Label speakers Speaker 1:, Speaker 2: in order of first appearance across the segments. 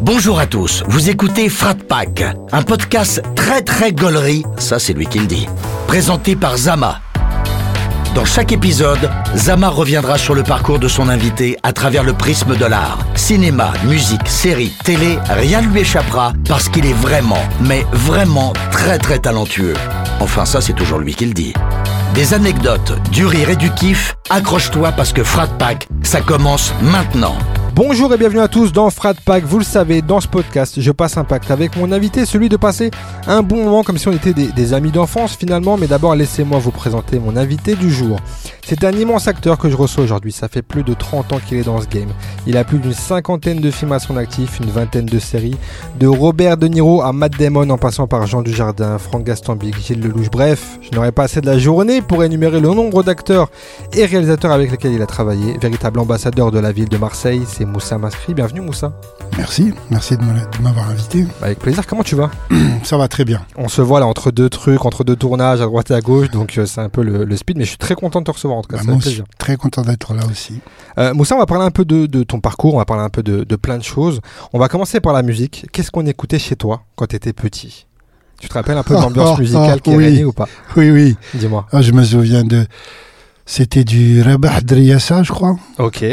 Speaker 1: Bonjour à tous, vous écoutez Frat Pack, un podcast très très gaulerie, ça c'est lui qui le dit, présenté par Zama. Dans chaque épisode, Zama reviendra sur le parcours de son invité à travers le prisme de l'art. Cinéma, musique, série, télé, rien ne lui échappera parce qu'il est vraiment, mais vraiment très très talentueux. Enfin ça c'est toujours lui qui le dit. Des anecdotes, du rire et du kiff, accroche-toi parce que Frat Pack, ça commence maintenant.
Speaker 2: Bonjour et bienvenue à tous dans Frat Pack. Vous le savez, dans ce podcast, je passe un pacte avec mon invité, celui de passer un bon moment comme si on était des, des amis d'enfance finalement. Mais d'abord, laissez-moi vous présenter mon invité du jour. C'est un immense acteur que je reçois aujourd'hui. Ça fait plus de 30 ans qu'il est dans ce game. Il a plus d'une cinquantaine de films à son actif, une vingtaine de séries, de Robert De Niro à Matt Damon en passant par Jean Dujardin, Franck Gastambide, Gilles Lelouch. Bref, je n'aurais pas assez de la journée pour énumérer le nombre d'acteurs et réalisateurs avec lesquels il a travaillé. Véritable ambassadeur de la ville de Marseille, c'est Moussa Masri. Bienvenue Moussa. Bah,
Speaker 3: Merci, merci de me- de m'avoir invité.
Speaker 2: Avec plaisir, comment tu vas
Speaker 3: Ça va très bien.
Speaker 2: On se voit là entre deux trucs, entre deux tournages à droite et à gauche, donc euh, c'est un peu le, le speed, mais je suis très content de te recevoir en tout cas.
Speaker 3: Bah,
Speaker 2: ça fait
Speaker 3: moi, je
Speaker 2: plaisir.
Speaker 3: suis très content d'être là aussi.
Speaker 2: Euh, Moussa, on va parler un peu de, de ton parcours, on va parler un peu de, de plein de choses. On va commencer par la musique. Qu'est-ce qu'on écoutait chez toi quand t'étais petit Tu te rappelles un peu de l'ambiance
Speaker 3: Ah,
Speaker 2: musicale qui
Speaker 3: ah, oui.
Speaker 2: régnait ou pas
Speaker 3: Oui, oui.
Speaker 2: Dis-moi.
Speaker 3: Ah, je me souviens de. C'était du Rabah Driassa, je crois.
Speaker 2: Ok.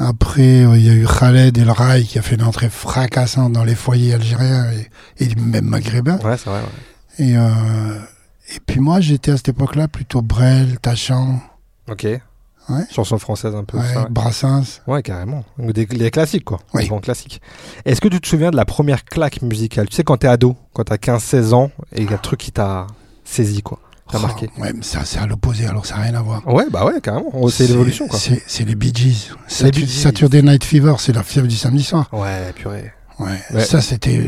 Speaker 3: Après, euh, il y a eu Khaled El Raï qui a fait une entrée fracassante dans les foyers algériens et, et même maghrébins.
Speaker 2: Ouais, c'est vrai. ouais.
Speaker 3: Et, euh, et puis moi, j'étais à cette époque-là plutôt Brel, Tachan,
Speaker 2: Ok. Chanson française un peu.
Speaker 3: ouais,
Speaker 2: ça, ouais.
Speaker 3: Brassens.
Speaker 2: Ouais, carrément. Donc des, des classiques, quoi.
Speaker 3: Oui.
Speaker 2: Des grands classiques. Est-ce que tu te souviens de la première claque musicale Tu sais, quand t'es ado, quand t'as 15-16 ans, et il y a un truc qui t'a saisi, quoi. T'as
Speaker 3: Oh,
Speaker 2: marqué.
Speaker 3: Ouais, mais ça, c'est à l'opposé, alors ça n'a rien à voir.
Speaker 2: Ouais, bah ouais, carrément. Oh, C'est l'évolution, quoi.
Speaker 3: C'est c'est les Bee Gees.
Speaker 2: Les Bee
Speaker 3: Satur-
Speaker 2: Gees.
Speaker 3: Saturday Night Fever, c'est la fièvre du samedi soir.
Speaker 2: Ouais, purée.
Speaker 3: Ouais,
Speaker 2: Ouais.
Speaker 3: ça c'était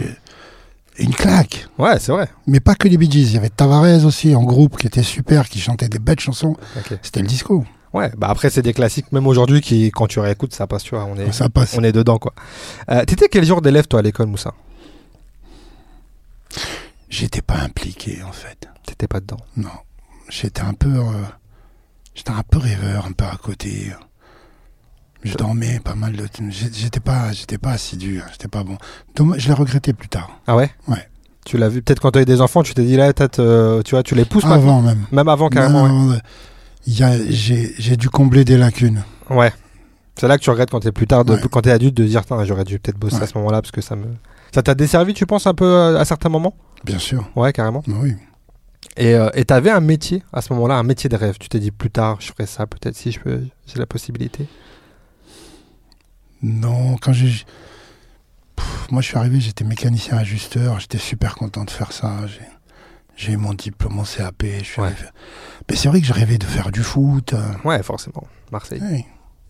Speaker 3: une claque.
Speaker 2: Ouais, c'est vrai.
Speaker 3: Mais pas que les Bee Gees, il y avait Tavares aussi en groupe qui était super, qui chantait des belles chansons.
Speaker 2: Ok.
Speaker 3: C'était le disco.
Speaker 2: Ouais, bah après c'est des classiques même aujourd'hui qui quand tu réécoutes ça passe tu vois, on est
Speaker 3: Ça passe.
Speaker 2: on est dedans quoi. Euh, T'étais quel genre d'élève toi à l'école Moussa
Speaker 3: J'étais pas impliqué en fait.
Speaker 2: T'étais pas dedans.
Speaker 3: Non, j'étais un peu, euh, j'étais un peu rêveur, un peu à côté. Je dormais pas mal de. temps. J'ai- J'étais pas, j'étais pas assidu, hein, j'étais pas bon. Dommage, je l'ai regretté plus tard.
Speaker 2: Ah ouais
Speaker 3: Ouais.
Speaker 2: Tu l'as vu peut-être quand t'as eu des enfants, tu t'es dit là peut-être euh, tu vois, tu les pousses maintenant.
Speaker 3: Avant même.
Speaker 2: même avant carrément.
Speaker 3: Non, non, il y a- J'ai j'ai dû combler des lacunes.
Speaker 2: ouais. Ouais. C'est là que tu regrettes quand t'es plus tard de,
Speaker 3: Ouais.
Speaker 2: quand t'es adulte de dire Tain, j'aurais dû peut-être bosser à
Speaker 3: Ouais.
Speaker 2: ce moment-là parce que ça me ça t'a desservi tu penses un peu euh, à certains moments
Speaker 3: Bien sûr.
Speaker 2: Ouais, carrément.
Speaker 3: Oui.
Speaker 2: Et euh, et t'avais un métier à ce moment-là, un métier de rêve. Tu t'es dit plus tard, je ferai ça peut-être si je peux j'ai la possibilité.
Speaker 3: Non, quand j'ai. Pff, Moi, je suis arrivé, j'étais mécanicien ajusteur, j'étais super content de faire ça. j'ai- J'ai eu mon diplôme en CAP. Je suis
Speaker 2: Ouais.
Speaker 3: allé faire- Mais c'est vrai que je rêvais de faire du foot. euh,
Speaker 2: Ouais, forcément. Marseille.
Speaker 3: ouais.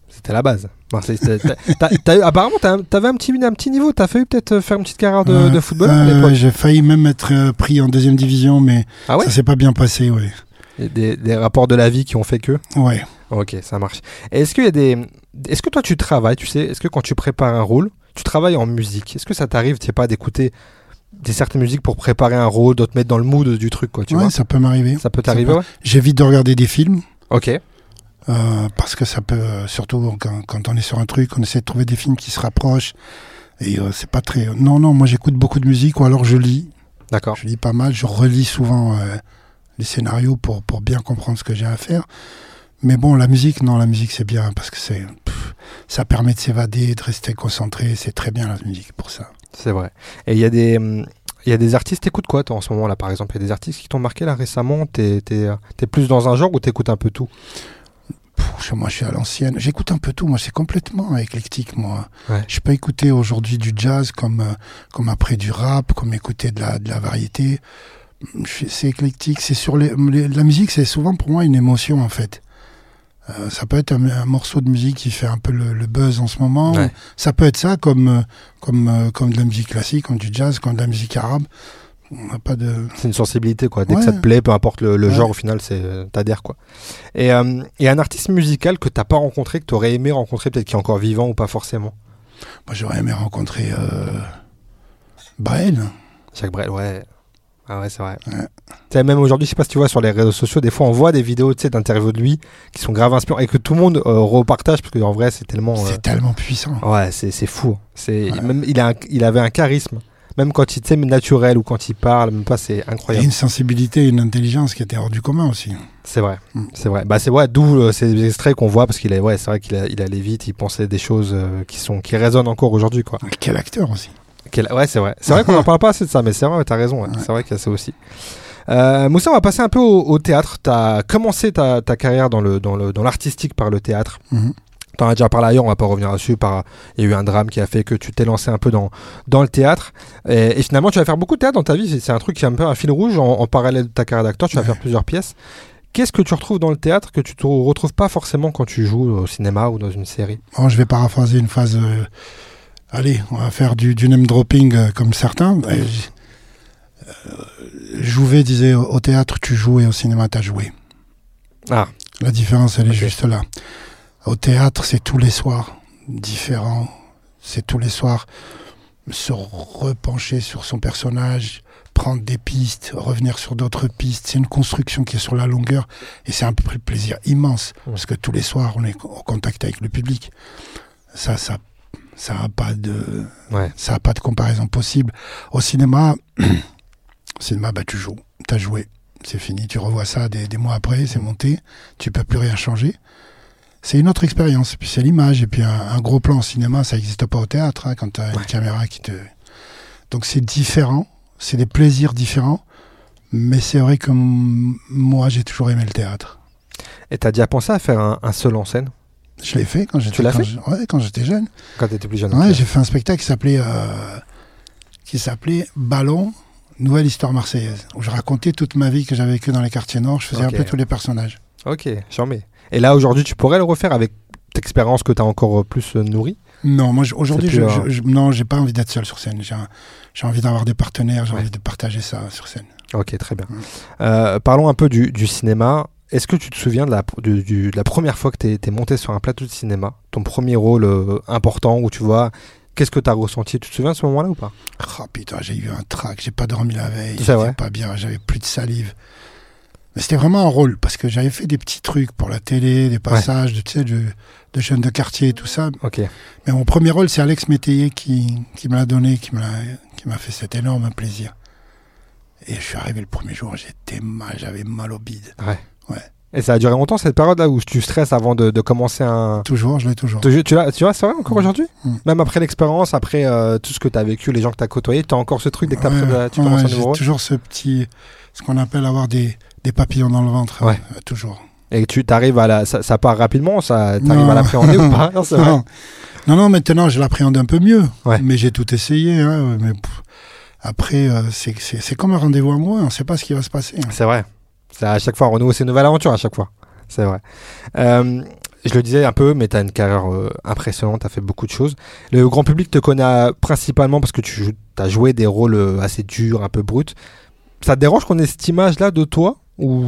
Speaker 2: C'était la base. Marseille, c'était- t'as- t'as- t'as eu- apparemment, t'as- t'avais un petit, un petit niveau. T'as failli peut-être faire une petite carrière de, de
Speaker 3: Euh,
Speaker 2: football à
Speaker 3: euh,
Speaker 2: l'époque.
Speaker 3: J'ai failli même être euh, pris en deuxième division, mais
Speaker 2: Ah ouais
Speaker 3: ça s'est pas bien passé, ouais.
Speaker 2: Et des, des rapports de la vie qui ont fait que.
Speaker 3: Ouais.
Speaker 2: Ok, ça marche. Est-ce qu'il y a des. Est-ce que toi, tu travailles, tu sais Est-ce que quand tu prépares un rôle, tu travailles en musique Est-ce que ça t'arrive, tu sais pas, d'écouter des certaines musiques pour préparer un rôle, de te mettre dans le mood du truc, quoi, tu
Speaker 3: Ouais,
Speaker 2: vois
Speaker 3: ça peut m'arriver.
Speaker 2: Ça peut t'arriver,
Speaker 3: peut-
Speaker 2: ouais
Speaker 3: J'évite de regarder des films,
Speaker 2: Ok.
Speaker 3: euh, parce que ça peut, euh, surtout quand, quand on est sur un truc, on essaie de trouver des films qui se rapprochent. Et euh, c'est pas très. Non, non, moi j'écoute beaucoup de musique, ou alors je lis.
Speaker 2: D'accord.
Speaker 3: Je lis pas mal, je relis souvent euh, les scénarios pour, pour bien comprendre ce que j'ai à faire. Mais bon, la musique, non, la musique c'est bien parce que c'est pff, ça permet de s'évader, de rester concentré. C'est très bien la musique pour ça.
Speaker 2: C'est vrai. Et il y a des. hum, Il y a des artistes, t'écoutes quoi toi en ce moment là par exemple Il y a des artistes qui t'ont marqué là récemment T'es t'es, euh, t'es plus dans un genre ou t'écoutes un peu tout
Speaker 3: Pff, je- moi, je suis à l'ancienne. J'écoute un peu tout. Moi, c'est complètement éclectique. Moi,
Speaker 2: Ouais.
Speaker 3: je peux écouter aujourd'hui du jazz comme euh, comme après du rap, comme écouter de la de la variété. Je suis- C'est éclectique. C'est sur les, les- la musique, c'est souvent pour moi une émotion en fait. Euh, ça peut être un, un morceau de musique qui fait un peu le, le buzz en ce moment.
Speaker 2: Ouais.
Speaker 3: Ça peut être ça comme euh, comme euh, comme de la musique classique, comme du jazz, comme de la musique arabe. On n'a pas de
Speaker 2: C'est une sensibilité, quoi. Dès que
Speaker 3: Ouais.
Speaker 2: ça te plaît, peu importe le, le
Speaker 3: Ouais.
Speaker 2: genre, au final, c'est euh, t'adhères, quoi. Et euh, il y a un artiste musical que t'as pas rencontré, que t'aurais aimé rencontrer, peut-être qui est encore vivant ou pas forcément.
Speaker 3: Moi, j'aurais aimé rencontrer euh, Baël.
Speaker 2: Jacques Brel, ouais. Ah ouais, c'est vrai.
Speaker 3: Ouais.
Speaker 2: Tu sais, Même aujourd'hui, je sais pas si tu vois sur les réseaux sociaux, des fois on voit des vidéos tu sais, d'interviews de lui qui sont grave inspirantes et que tout le monde euh, repartage parce que en vrai, c'est tellement. euh,
Speaker 3: C'est tellement puissant.
Speaker 2: Ouais, c'est c'est fou. hein. C'est même il a un- il avait un charisme, même quand il était naturel ou quand il parle, même pas c'est
Speaker 3: Et
Speaker 2: incroyable.
Speaker 3: une sensibilité, une intelligence qui était hors du commun aussi.
Speaker 2: C'est vrai.
Speaker 3: Mm.
Speaker 2: C'est vrai. Bah c'est ouais, d'où euh, ces extraits qu'on voit parce qu'il est ouais, c'est vrai qu'il a- il allait vite, il pensait des choses euh, qui sont qui résonnent encore aujourd'hui quoi.
Speaker 3: Quel acteur aussi.
Speaker 2: Quel- Ouais, c'est vrai. C'est vrai qu'on en parle pas assez de ça, mais c'est vrai, ouais, t'as raison. ouais.
Speaker 3: Ouais.
Speaker 2: C'est vrai qu'il y a ça aussi. Euh, Moussa, on va passer un peu au, au théâtre. T'as commencé ta, ta carrière dans le dans le dans l'artistique par le théâtre.
Speaker 3: Mhm.
Speaker 2: T'en as déjà parlé ailleurs, on va pas revenir dessus. Par, il y a eu un drame qui a fait que tu t'es lancé un peu dans dans le théâtre. Et, et finalement, tu vas faire beaucoup de théâtre dans ta vie. C'est- C'est un truc qui est un peu un fil rouge en, en parallèle de ta carrière d'acteur. Tu vas
Speaker 3: Ouais.
Speaker 2: faire plusieurs pièces. Qu'est-ce que tu retrouves dans le théâtre que tu te retrouves pas forcément quand tu joues au cinéma ou dans une série
Speaker 3: Bon, je vais paraphraser une phase. euh, allez, on va faire du, du name dropping euh, comme certains. Euh, j- euh, Jouvet disait au au théâtre tu joues et au cinéma t'as joué.
Speaker 2: Ah,
Speaker 3: La différence elle est
Speaker 2: Ok.
Speaker 3: juste là. Au théâtre c'est tous les soirs différent. C'est tous les soirs se repencher sur son personnage, prendre des pistes, revenir sur d'autres pistes. C'est une construction qui est sur la longueur et c'est un pl- plaisir immense
Speaker 2: Ouais.
Speaker 3: parce que tous les soirs on est en contact avec le public. Ça, ça, ça a pas de,
Speaker 2: ouais,
Speaker 3: ça a pas de comparaison possible. Au cinéma, au cinéma, bah tu joues, t'as joué, c'est fini. Tu revois ça des, des mois après, c'est monté, tu peux plus rien changer. C'est une autre expérience. Puis c'est l'image et puis un, un gros plan au cinéma, ça n'existe pas au théâtre hein, quand t'as
Speaker 2: Ouais.
Speaker 3: une caméra qui te. Donc c'est différent, c'est des plaisirs différents. Mais c'est vrai que m- moi j'ai toujours aimé le théâtre.
Speaker 2: Et t'as déjà pensé à faire un, un seul en scène
Speaker 3: Je l'ai fait quand j'étais
Speaker 2: l'as
Speaker 3: quand
Speaker 2: fait
Speaker 3: je- ouais, quand j'étais jeune.
Speaker 2: quand t'étais plus jeune.
Speaker 3: Ouais,
Speaker 2: ok.
Speaker 3: j'ai fait un spectacle qui s'appelait euh, qui s'appelait Ballon, nouvelle histoire marseillaise, où je racontais toute ma vie que j'avais vécue dans les quartiers nord. Je faisais
Speaker 2: Ok.
Speaker 3: un peu tous les personnages.
Speaker 2: Ok, j'en mets. Et là, aujourd'hui, tu pourrais le refaire avec l'expérience que tu as encore euh, plus euh, nourrie
Speaker 3: Non, moi je- aujourd'hui,
Speaker 2: C'est
Speaker 3: je,
Speaker 2: plus
Speaker 3: je-
Speaker 2: un-
Speaker 3: je- non, j'ai pas envie d'être seul sur scène. J'ai un- j'ai envie d'avoir des partenaires, j'ai
Speaker 2: Ouais.
Speaker 3: envie de partager ça sur scène.
Speaker 2: Ok, très bien.
Speaker 3: Mm.
Speaker 2: Euh, parlons un peu du, du cinéma. Est-ce que tu te souviens de la, du- du- de la première fois que tu es, monté sur un plateau de cinéma Ton premier rôle euh, important où tu vois, qu'est-ce que tu as ressenti Tu te souviens de ce moment-là ou pas
Speaker 3: Oh putain, j'ai eu un trac, j'ai pas dormi la veille,
Speaker 2: C'est
Speaker 3: j'étais
Speaker 2: vrai
Speaker 3: pas bien, j'avais plus de salive. Mais c'était vraiment un rôle, parce que j'avais fait des petits trucs pour la télé, des passages, de, tu sais, de, de jeunes de quartier et tout ça.
Speaker 2: Ok,
Speaker 3: Mais mon premier rôle, c'est Alex Métayer qui, qui me l'a donné, qui me l'a, qui m'a fait cet énorme plaisir. Et je suis arrivé le premier jour, j'étais mal, j'avais mal au bide.
Speaker 2: ouais.
Speaker 3: Ouais.
Speaker 2: Et ça a duré longtemps cette période-là où tu stresses avant de, de commencer un.
Speaker 3: Toujours, je l'ai toujours.
Speaker 2: Tu, tu, l'as- tu vois, c'est vrai encore
Speaker 3: Mm.
Speaker 2: aujourd'hui
Speaker 3: Mm.
Speaker 2: Même après l'expérience, après euh, tout ce que tu as vécu, les gens que tu as côtoyés, tu as encore ce truc dès que t'as
Speaker 3: Ouais,
Speaker 2: pris de la- tu
Speaker 3: ouais,
Speaker 2: commences un
Speaker 3: j'ai
Speaker 2: nouveau rôle
Speaker 3: toujours ce petit, ce qu'on appelle avoir des, des papillons dans le ventre.
Speaker 2: Ouais.
Speaker 3: euh, toujours.
Speaker 2: Et tu t'arrives à la. Ça, ça part rapidement, ça t'arrives
Speaker 3: Non.
Speaker 2: à l'appréhender ou pas Non, c'est vrai.
Speaker 3: Non. non, non, maintenant, je l'appréhende un peu mieux.
Speaker 2: Ouais.
Speaker 3: Mais j'ai tout essayé. hein, mais pff, après, euh, c'est, c'est, c'est comme un rendez-vous amoureux, on ne sait pas ce qui va se passer. hein.
Speaker 2: C'est vrai. C'est à chaque fois, on renoue, c'est une nouvelle aventure à chaque fois. C'est vrai. Euh, je le disais un peu, mais tu as une carrière euh, impressionnante, tu as fait beaucoup de choses. Le grand public te connaît euh, principalement parce que tu as joué des rôles euh, assez durs, un peu bruts. Ça te dérange qu'on ait cette image-là de toi Ou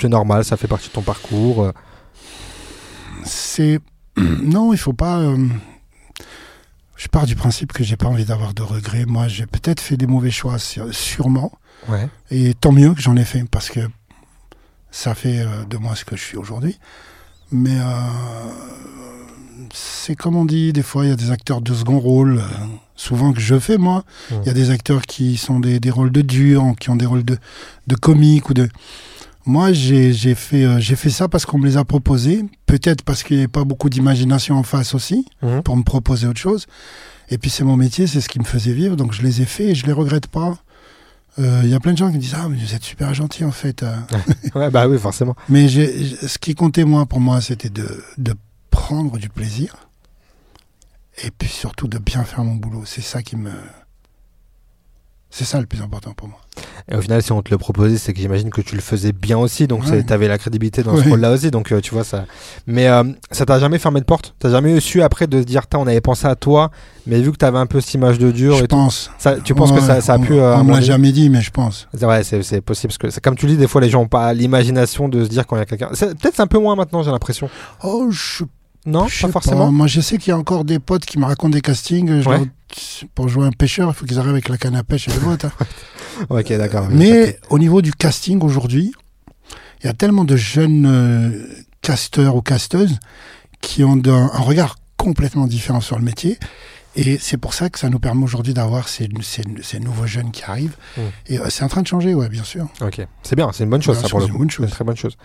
Speaker 2: c'est normal, ça fait partie de ton parcours euh,
Speaker 3: c'est non, il faut pas. euh, Je pars du principe que j'ai pas envie d'avoir de regrets. Moi, j'ai peut-être fait des mauvais choix, sû- sûrement,
Speaker 2: Ouais.
Speaker 3: et tant mieux que j'en ai fait parce que ça fait euh, de moi ce que je suis aujourd'hui. Mais euh, c'est comme on dit, des fois, il y a des acteurs de second rôle, euh, souvent que je fais moi.
Speaker 2: Mm.
Speaker 3: Il y a des acteurs qui sont des, des rôles de durs, qui ont des rôles de, de comique ou de. Moi, j'ai j'ai fait, euh, j'ai fait ça parce qu'on me les a proposés. Peut-être parce qu'il n'y avait pas beaucoup d'imagination en face aussi,
Speaker 2: Mhm.
Speaker 3: pour me proposer autre chose. Et puis, c'est mon métier, c'est ce qui me faisait vivre. Donc, je les ai faits et je les regrette pas. Euh, Il y a plein de gens qui me disent Ah, mais vous êtes super gentil en fait. euh.
Speaker 2: ouais, bah oui, forcément.
Speaker 3: Mais j'ai- j'ai- ce qui comptait moi pour moi, c'était de, de prendre du plaisir et puis surtout de bien faire mon boulot. C'est ça qui me, c'est ça le plus important pour moi.
Speaker 2: Et au final, si on te le proposait, c'est que j'imagine que tu le faisais bien aussi, donc
Speaker 3: Ouais.
Speaker 2: c'est- t'avais la crédibilité dans ce
Speaker 3: Ouais.
Speaker 2: rôle-là aussi, donc euh, tu vois ça. Mais euh, ça t'a jamais fermé de porte T'as jamais eu su après de se dire, Tain, on avait pensé à toi, mais vu que t'avais un peu cette image de dur,
Speaker 3: je
Speaker 2: et tout,
Speaker 3: pense.
Speaker 2: ça- tu penses que
Speaker 3: Ouais,
Speaker 2: ça, ça a
Speaker 3: on-
Speaker 2: pu. euh,
Speaker 3: on me l'a
Speaker 2: amender
Speaker 3: jamais dit, mais je pense.
Speaker 2: C'est vrai, c'est c'est possible parce que c'est comme tu dis, des fois les gens ont pas l'imagination de se dire quand il y a quelqu'un. C'est- Peut-être c'est un peu moins maintenant, j'ai l'impression.
Speaker 3: Oh, je,
Speaker 2: Non,
Speaker 3: je sais
Speaker 2: pas forcément.
Speaker 3: Moi, je sais qu'il y a encore des potes qui me racontent des castings. Je
Speaker 2: Ouais.
Speaker 3: leur- pour jouer un pêcheur, il faut qu'ils arrivent avec la canne à pêche et les bottes. hein.
Speaker 2: Ok, d'accord.
Speaker 3: Mais au niveau du casting aujourd'hui, il y a tellement de jeunes euh, casteurs ou casteuses qui ont d'un- un regard complètement différent sur le métier. Et c'est pour ça que ça nous permet aujourd'hui d'avoir ces, ces- ces nouveaux jeunes qui arrivent.
Speaker 2: Mm.
Speaker 3: Et euh, c'est en train de changer, ouais, bien sûr.
Speaker 2: Ok, c'est bien, c'est une bonne chose
Speaker 3: Bien
Speaker 2: ça
Speaker 3: sûr,
Speaker 2: pour le
Speaker 3: c'est une
Speaker 2: coup.
Speaker 3: bonne
Speaker 2: C'est une
Speaker 3: chose.
Speaker 2: très bonne chose.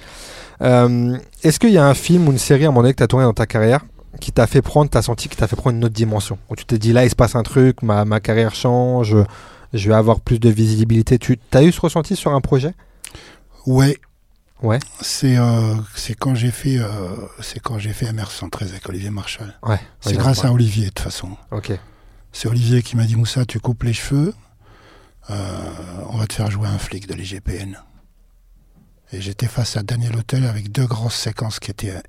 Speaker 2: Euh, Est-ce qu'il y a un film ou une série à un moment donné que t'as tourné dans ta carrière qui t'a fait prendre, t'as senti que t'a fait prendre une autre dimension Où tu t'es dit là il se passe un truc, ma, ma carrière change, je vais avoir plus de visibilité. Tu as eu ce ressenti sur un projet
Speaker 3: Ouais.
Speaker 2: Ouais.
Speaker 3: C'est euh, c'est quand j'ai fait euh, c'est quand j'ai fait MR113 avec Olivier Marchal.
Speaker 2: Ouais.
Speaker 3: C'est grâce à Olivier de toute façon.
Speaker 2: Ok.
Speaker 3: C'est Olivier qui m'a dit Moussa, tu coupes les cheveux, euh, on va te faire jouer un flic de l'IGPN. Et j'étais face à Daniel Hôtel avec deux grosses séquences qui étaient euh,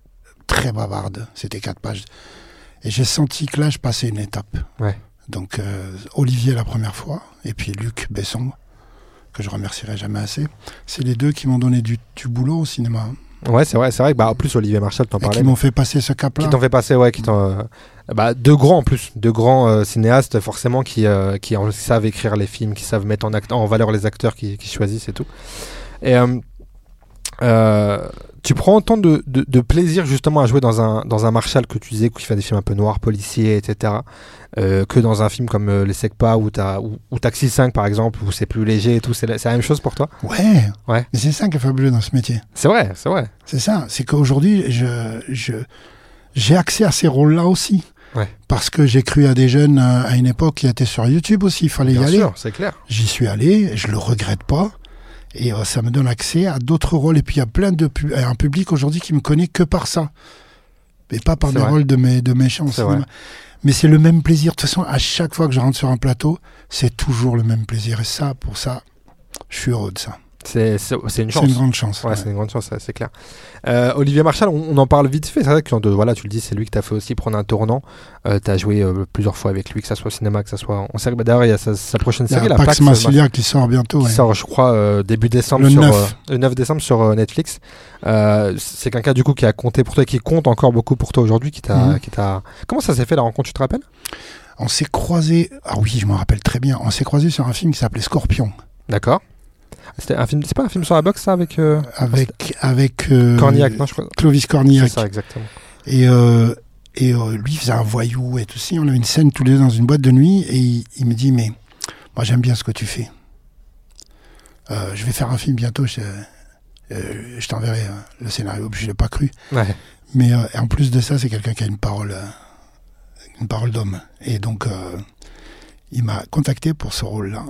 Speaker 3: très bavardes. C'était quatre pages. Et j'ai senti que là, je passais une étape.
Speaker 2: Ouais.
Speaker 3: Donc, euh, Olivier la première fois, et puis Luc Besson, que je remercierai jamais assez. C'est les deux qui m'ont donné du, du boulot au cinéma. hein,
Speaker 2: Ouais, c'est vrai, c'est vrai que bah, en plus Olivier Marshall t'en
Speaker 3: et
Speaker 2: parlait.
Speaker 3: qui m'ont fait passer ce cap-là.
Speaker 2: qui t'en fait passer, ouais, qui t'en, euh, bah, deux grands en plus, deux grands euh, cinéastes forcément qui, euh, qui en- savent écrire les films, qui savent mettre en, act- en valeur les acteurs qui, qui choisissent et tout. Et euh, euh, tu prends autant de, de- de plaisir justement à jouer dans un, dans un Marshall que tu disais qui fait des films un peu noirs, policiers, etc., euh, que dans un film comme euh, Les Secpa ou, t'as- ou, ou Taxi 5 par exemple, où c'est plus léger et tout. C'est la, c'est la même chose pour toi
Speaker 3: Ouais.
Speaker 2: Ouais.
Speaker 3: Mais c'est ça qui est fabuleux dans ce métier.
Speaker 2: C'est vrai, c'est vrai.
Speaker 3: C'est ça, c'est qu'aujourd'hui, je, je, j'ai accès à ces rôles-là aussi.
Speaker 2: Ouais.
Speaker 3: Parce que j'ai cru à des jeunes euh, à une époque qui étaient sur YouTube aussi, il fallait y
Speaker 2: Bien
Speaker 3: aller.
Speaker 2: sûr, c'est clair.
Speaker 3: J'y suis allé, je le regrette pas. Et euh, ça me donne accès à d'autres rôles. Et puis il y a plein de pub- un public aujourd'hui qui me connaît que par ça. Mais pas par
Speaker 2: C'est
Speaker 3: des
Speaker 2: vrai.
Speaker 3: rôles de, mes, de méchants. au
Speaker 2: C'est
Speaker 3: cinéma.
Speaker 2: vrai.
Speaker 3: Mais c'est le même plaisir. De toute façon, à chaque fois que je rentre sur un plateau, c'est toujours le même plaisir. Et ça, pour ça, je suis heureux de ça.
Speaker 2: C'est c'est- c'est une
Speaker 3: C'est
Speaker 2: chance.
Speaker 3: une grande chance.
Speaker 2: Ouais,
Speaker 3: ouais.
Speaker 2: c'est une grande chance, ça, c'est clair. Euh, Olivier Marchal, on, on en parle vite fait. C'est vrai que quand, euh, voilà, tu le dis, c'est lui qui t'a fait aussi prendre un tournant. Euh, t'as joué euh, plusieurs fois avec lui, que ça soit au cinéma, que ça soit en série. Bah, D'ailleurs, il y a sa, sa prochaine
Speaker 3: Il y a
Speaker 2: série, la
Speaker 3: Pax
Speaker 2: Pax, euh,
Speaker 3: Massilia qui sort bientôt.
Speaker 2: qui
Speaker 3: ouais.
Speaker 2: sort, je crois, euh, début décembre
Speaker 3: Le
Speaker 2: sur
Speaker 3: 9.
Speaker 2: euh, le 9 décembre sur euh, Netflix. Euh, c'est quelqu'un du coup qui a compté pour toi, et qui compte encore beaucoup pour toi aujourd'hui, qui t'a,
Speaker 3: Mhm.
Speaker 2: qui t'a. Comment ça s'est fait la rencontre Tu te rappelles
Speaker 3: On s'est croisé. Ah oui, je m'en rappelle très bien. On s'est croisé sur un film qui s'appelait Scorpion
Speaker 2: D'accord. C'était un film. C'est pas un film sur la boxe, ça, avec euh,
Speaker 3: avec avec euh,
Speaker 2: Cornillac, non Je crois.
Speaker 3: Clovis
Speaker 2: C'est
Speaker 3: Cornillac.
Speaker 2: ça, exactement.
Speaker 3: Et euh, et euh, lui faisait un voyou et tout ça. On avait une scène tous les deux dans une boîte de nuit et il, il me dit mais moi j'aime bien ce que tu fais. Euh, je vais faire un film bientôt. Je, euh, je t'enverrai euh, le scénario. Je l'ai pas cru.
Speaker 2: Ouais.
Speaker 3: Mais euh, et en plus de ça, c'est quelqu'un qui a une parole, euh, une parole d'homme. Et donc, euh, il m'a contacté pour ce rôle-là.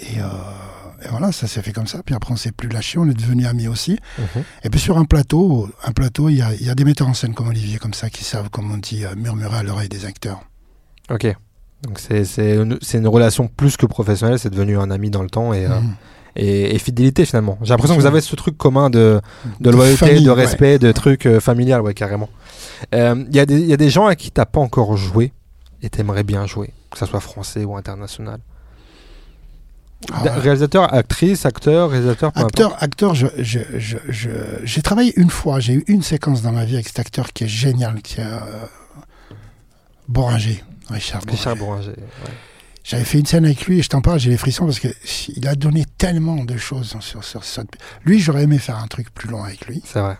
Speaker 3: Et, euh, et voilà, ça s'est fait comme ça. Puis après, on s'est plus lâché, on est devenus amis aussi.
Speaker 2: Mhm.
Speaker 3: Et puis sur un plateau, un plateau, il y a, il y a des metteurs en scène comme Olivier, comme ça, qui savent, comme on dit, euh, murmurer à l'oreille des acteurs.
Speaker 2: Ok. Donc c'est c'est une, c'est une relation plus que professionnelle, c'est devenu un ami dans le temps et, euh,
Speaker 3: Mhm.
Speaker 2: et, et fidélité finalement. J'ai l'impression que vous
Speaker 3: Absolument.
Speaker 2: avez ce truc commun de, de,
Speaker 3: De
Speaker 2: loyauté,
Speaker 3: famille,
Speaker 2: de
Speaker 3: ouais.
Speaker 2: respect, de truc euh, familial, ouais carrément. Euh, Il y, a des- il y a des gens à qui t'as pas encore joué et t'aimerais bien jouer, que ça soit français ou international.
Speaker 3: Ah,
Speaker 2: D- Réalisateur, actrice, acteur, réalisateur, peu
Speaker 3: Acteur, acteur, je, je, je, je- j'ai travaillé une fois, j'ai eu une séquence dans ma vie avec cet acteur qui est génial, qui est euh, Borringer, Richard
Speaker 2: importe. Richard
Speaker 3: Borringer.
Speaker 2: Bouranger. ouais.
Speaker 3: J'avais fait une scène avec lui et je t'en parle, j'ai les frissons parce que il a donné tellement de choses sur, sur cette- Lui, j'aurais aimé faire un truc plus long avec lui.
Speaker 2: C'est vrai.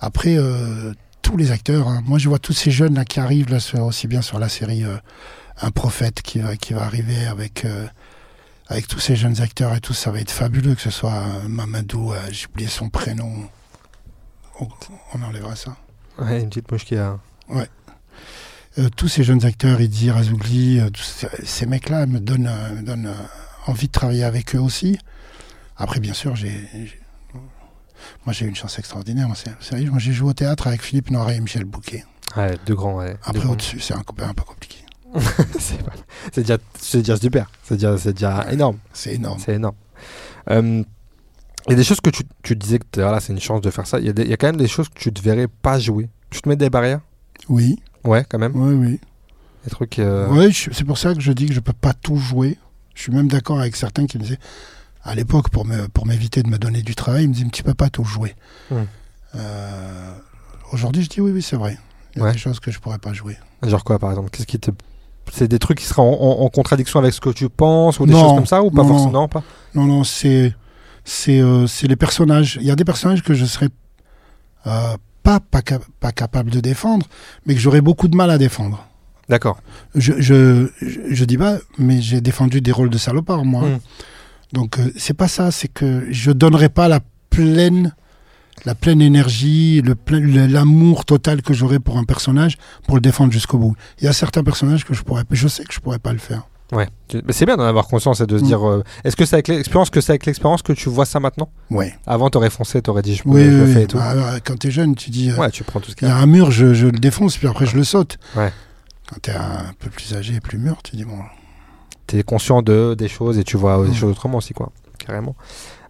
Speaker 3: Après, euh, tous les acteurs, hein. moi je vois tous ces jeunes là qui arrivent là, sur- aussi bien sur la série euh, Un prophète qui va, qui va arriver avec, euh, avec tous ces jeunes acteurs et tout, ça va être fabuleux que ce soit euh, Mamadou, euh, j'ai oublié son prénom. On, on enlèvera ça.
Speaker 2: Ouais, une petite mouche qui a.
Speaker 3: Euh, tous ces jeunes acteurs, Idi, Razougli, euh, tous ces, ces mecs-là me donnent, euh, me donnent euh, envie de travailler avec eux aussi. Après, bien sûr, j'ai. j'ai- Moi, j'ai eu une chance extraordinaire. Moi, c'est- Sérieux, moi, j'ai joué au théâtre avec Philippe Noiret et Michel Bouquet.
Speaker 2: Ouais, deux grands. Ouais, deux
Speaker 3: Après,
Speaker 2: grands.
Speaker 3: au-dessus, c'est un copain un peu compliqué.
Speaker 2: c'est pas- c'est déjà, c'est déjà super. C'est déjà, c'est déjà énorme.
Speaker 3: C'est énorme.
Speaker 2: C'est énorme. Euh, Il y a des choses que tu, tu disais que t'as- voilà, c'est une chance de faire ça. Il y, a des- il y a quand même des choses que tu te verrais pas jouer. Tu te mets des barrières
Speaker 3: Oui,
Speaker 2: Ouais, quand même.
Speaker 3: oui, oui.
Speaker 2: Des trucs. euh,
Speaker 3: Oui, je- c'est pour ça que je dis que je peux pas tout jouer. Je suis même d'accord avec certains qui me disaient, à l'époque, pour me- pour m'éviter de me donner du travail, ils me disaient, tu peux pas tout jouer.
Speaker 2: Hmm.
Speaker 3: Euh, Aujourd'hui, je dis oui, oui, c'est vrai. Il y a
Speaker 2: Ouais.
Speaker 3: des choses que je pourrais pas jouer.
Speaker 2: Genre quoi, par exemple Qu'est-ce qui te. c'est des trucs qui seraient en, en- en contradiction avec ce que tu penses ou des
Speaker 3: Non,
Speaker 2: choses comme ça ou pas
Speaker 3: non, non.
Speaker 2: forcément non, pas
Speaker 3: Non, non, c'est c'est euh, c'est les personnages. Il y a des personnages que je serais euh, pas pas, cap- pas capable de défendre, mais que j'aurais beaucoup de mal à défendre.
Speaker 2: d'accord
Speaker 3: Je je je, je dis pas, mais j'ai défendu des rôles de salopards moi.
Speaker 2: Mm.
Speaker 3: Donc euh, c'est pas ça, c'est que je donnerai pas la pleine la pleine énergie, le plein- le- l'amour total que j'aurais pour un personnage pour le défendre jusqu'au bout. Il y a certains personnages que je pourrais, je sais que je pourrais pas le faire.
Speaker 2: ouais Tu- mais c'est bien d'en avoir conscience et de se
Speaker 3: Mm.
Speaker 2: dire euh, est-ce que c'est avec l'expérience que c'est avec l'expérience que tu vois ça maintenant
Speaker 3: Ouais.
Speaker 2: avant t'aurais foncé t'aurais dit je peux
Speaker 3: Oui,
Speaker 2: je le
Speaker 3: oui,
Speaker 2: fais
Speaker 3: oui.
Speaker 2: et tout
Speaker 3: Bah, alors, quand t'es jeune, tu dis, euh,
Speaker 2: ouais tu prends tout ce qu'il
Speaker 3: Il
Speaker 2: y
Speaker 3: y a
Speaker 2: a
Speaker 3: un mur, je, je le défonce, puis après je le saute.
Speaker 2: Ouais.
Speaker 3: Quand t'es un peu plus âgé et plus mûr, tu dis bon.
Speaker 2: t'es conscient de des choses et tu vois euh, des
Speaker 3: Mm.
Speaker 2: choses autrement aussi quoi carrément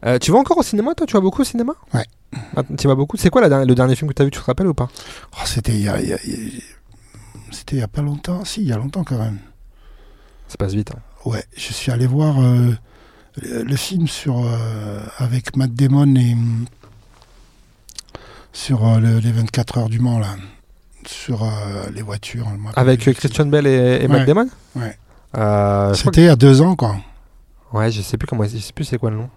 Speaker 2: Euh, tu vas encore au cinéma toi tu vas beaucoup au cinéma
Speaker 3: Ouais.
Speaker 2: Ah, tu vas beaucoup c'est quoi la dernière- le dernier film que t'as vu tu te rappelles ou pas
Speaker 3: Oh, c'était il y a, il y a- il y a- c'était il y a pas longtemps. Si, il y a longtemps quand même.
Speaker 2: ça passe vite hein.
Speaker 3: Ouais, je suis allé voir euh, le, le film sur euh, avec Matt Damon et hum, sur euh, le- les 24 heures du Mans là, sur euh, les voitures. le mois-
Speaker 2: avec euh, Christian Bell et, et Matt
Speaker 3: Ouais.
Speaker 2: Damon
Speaker 3: Ouais.
Speaker 2: Euh, je crois
Speaker 3: C'était il y a deux ans quoi.
Speaker 2: Ouais, je sais plus comment, je sais plus c'est quoi le nom.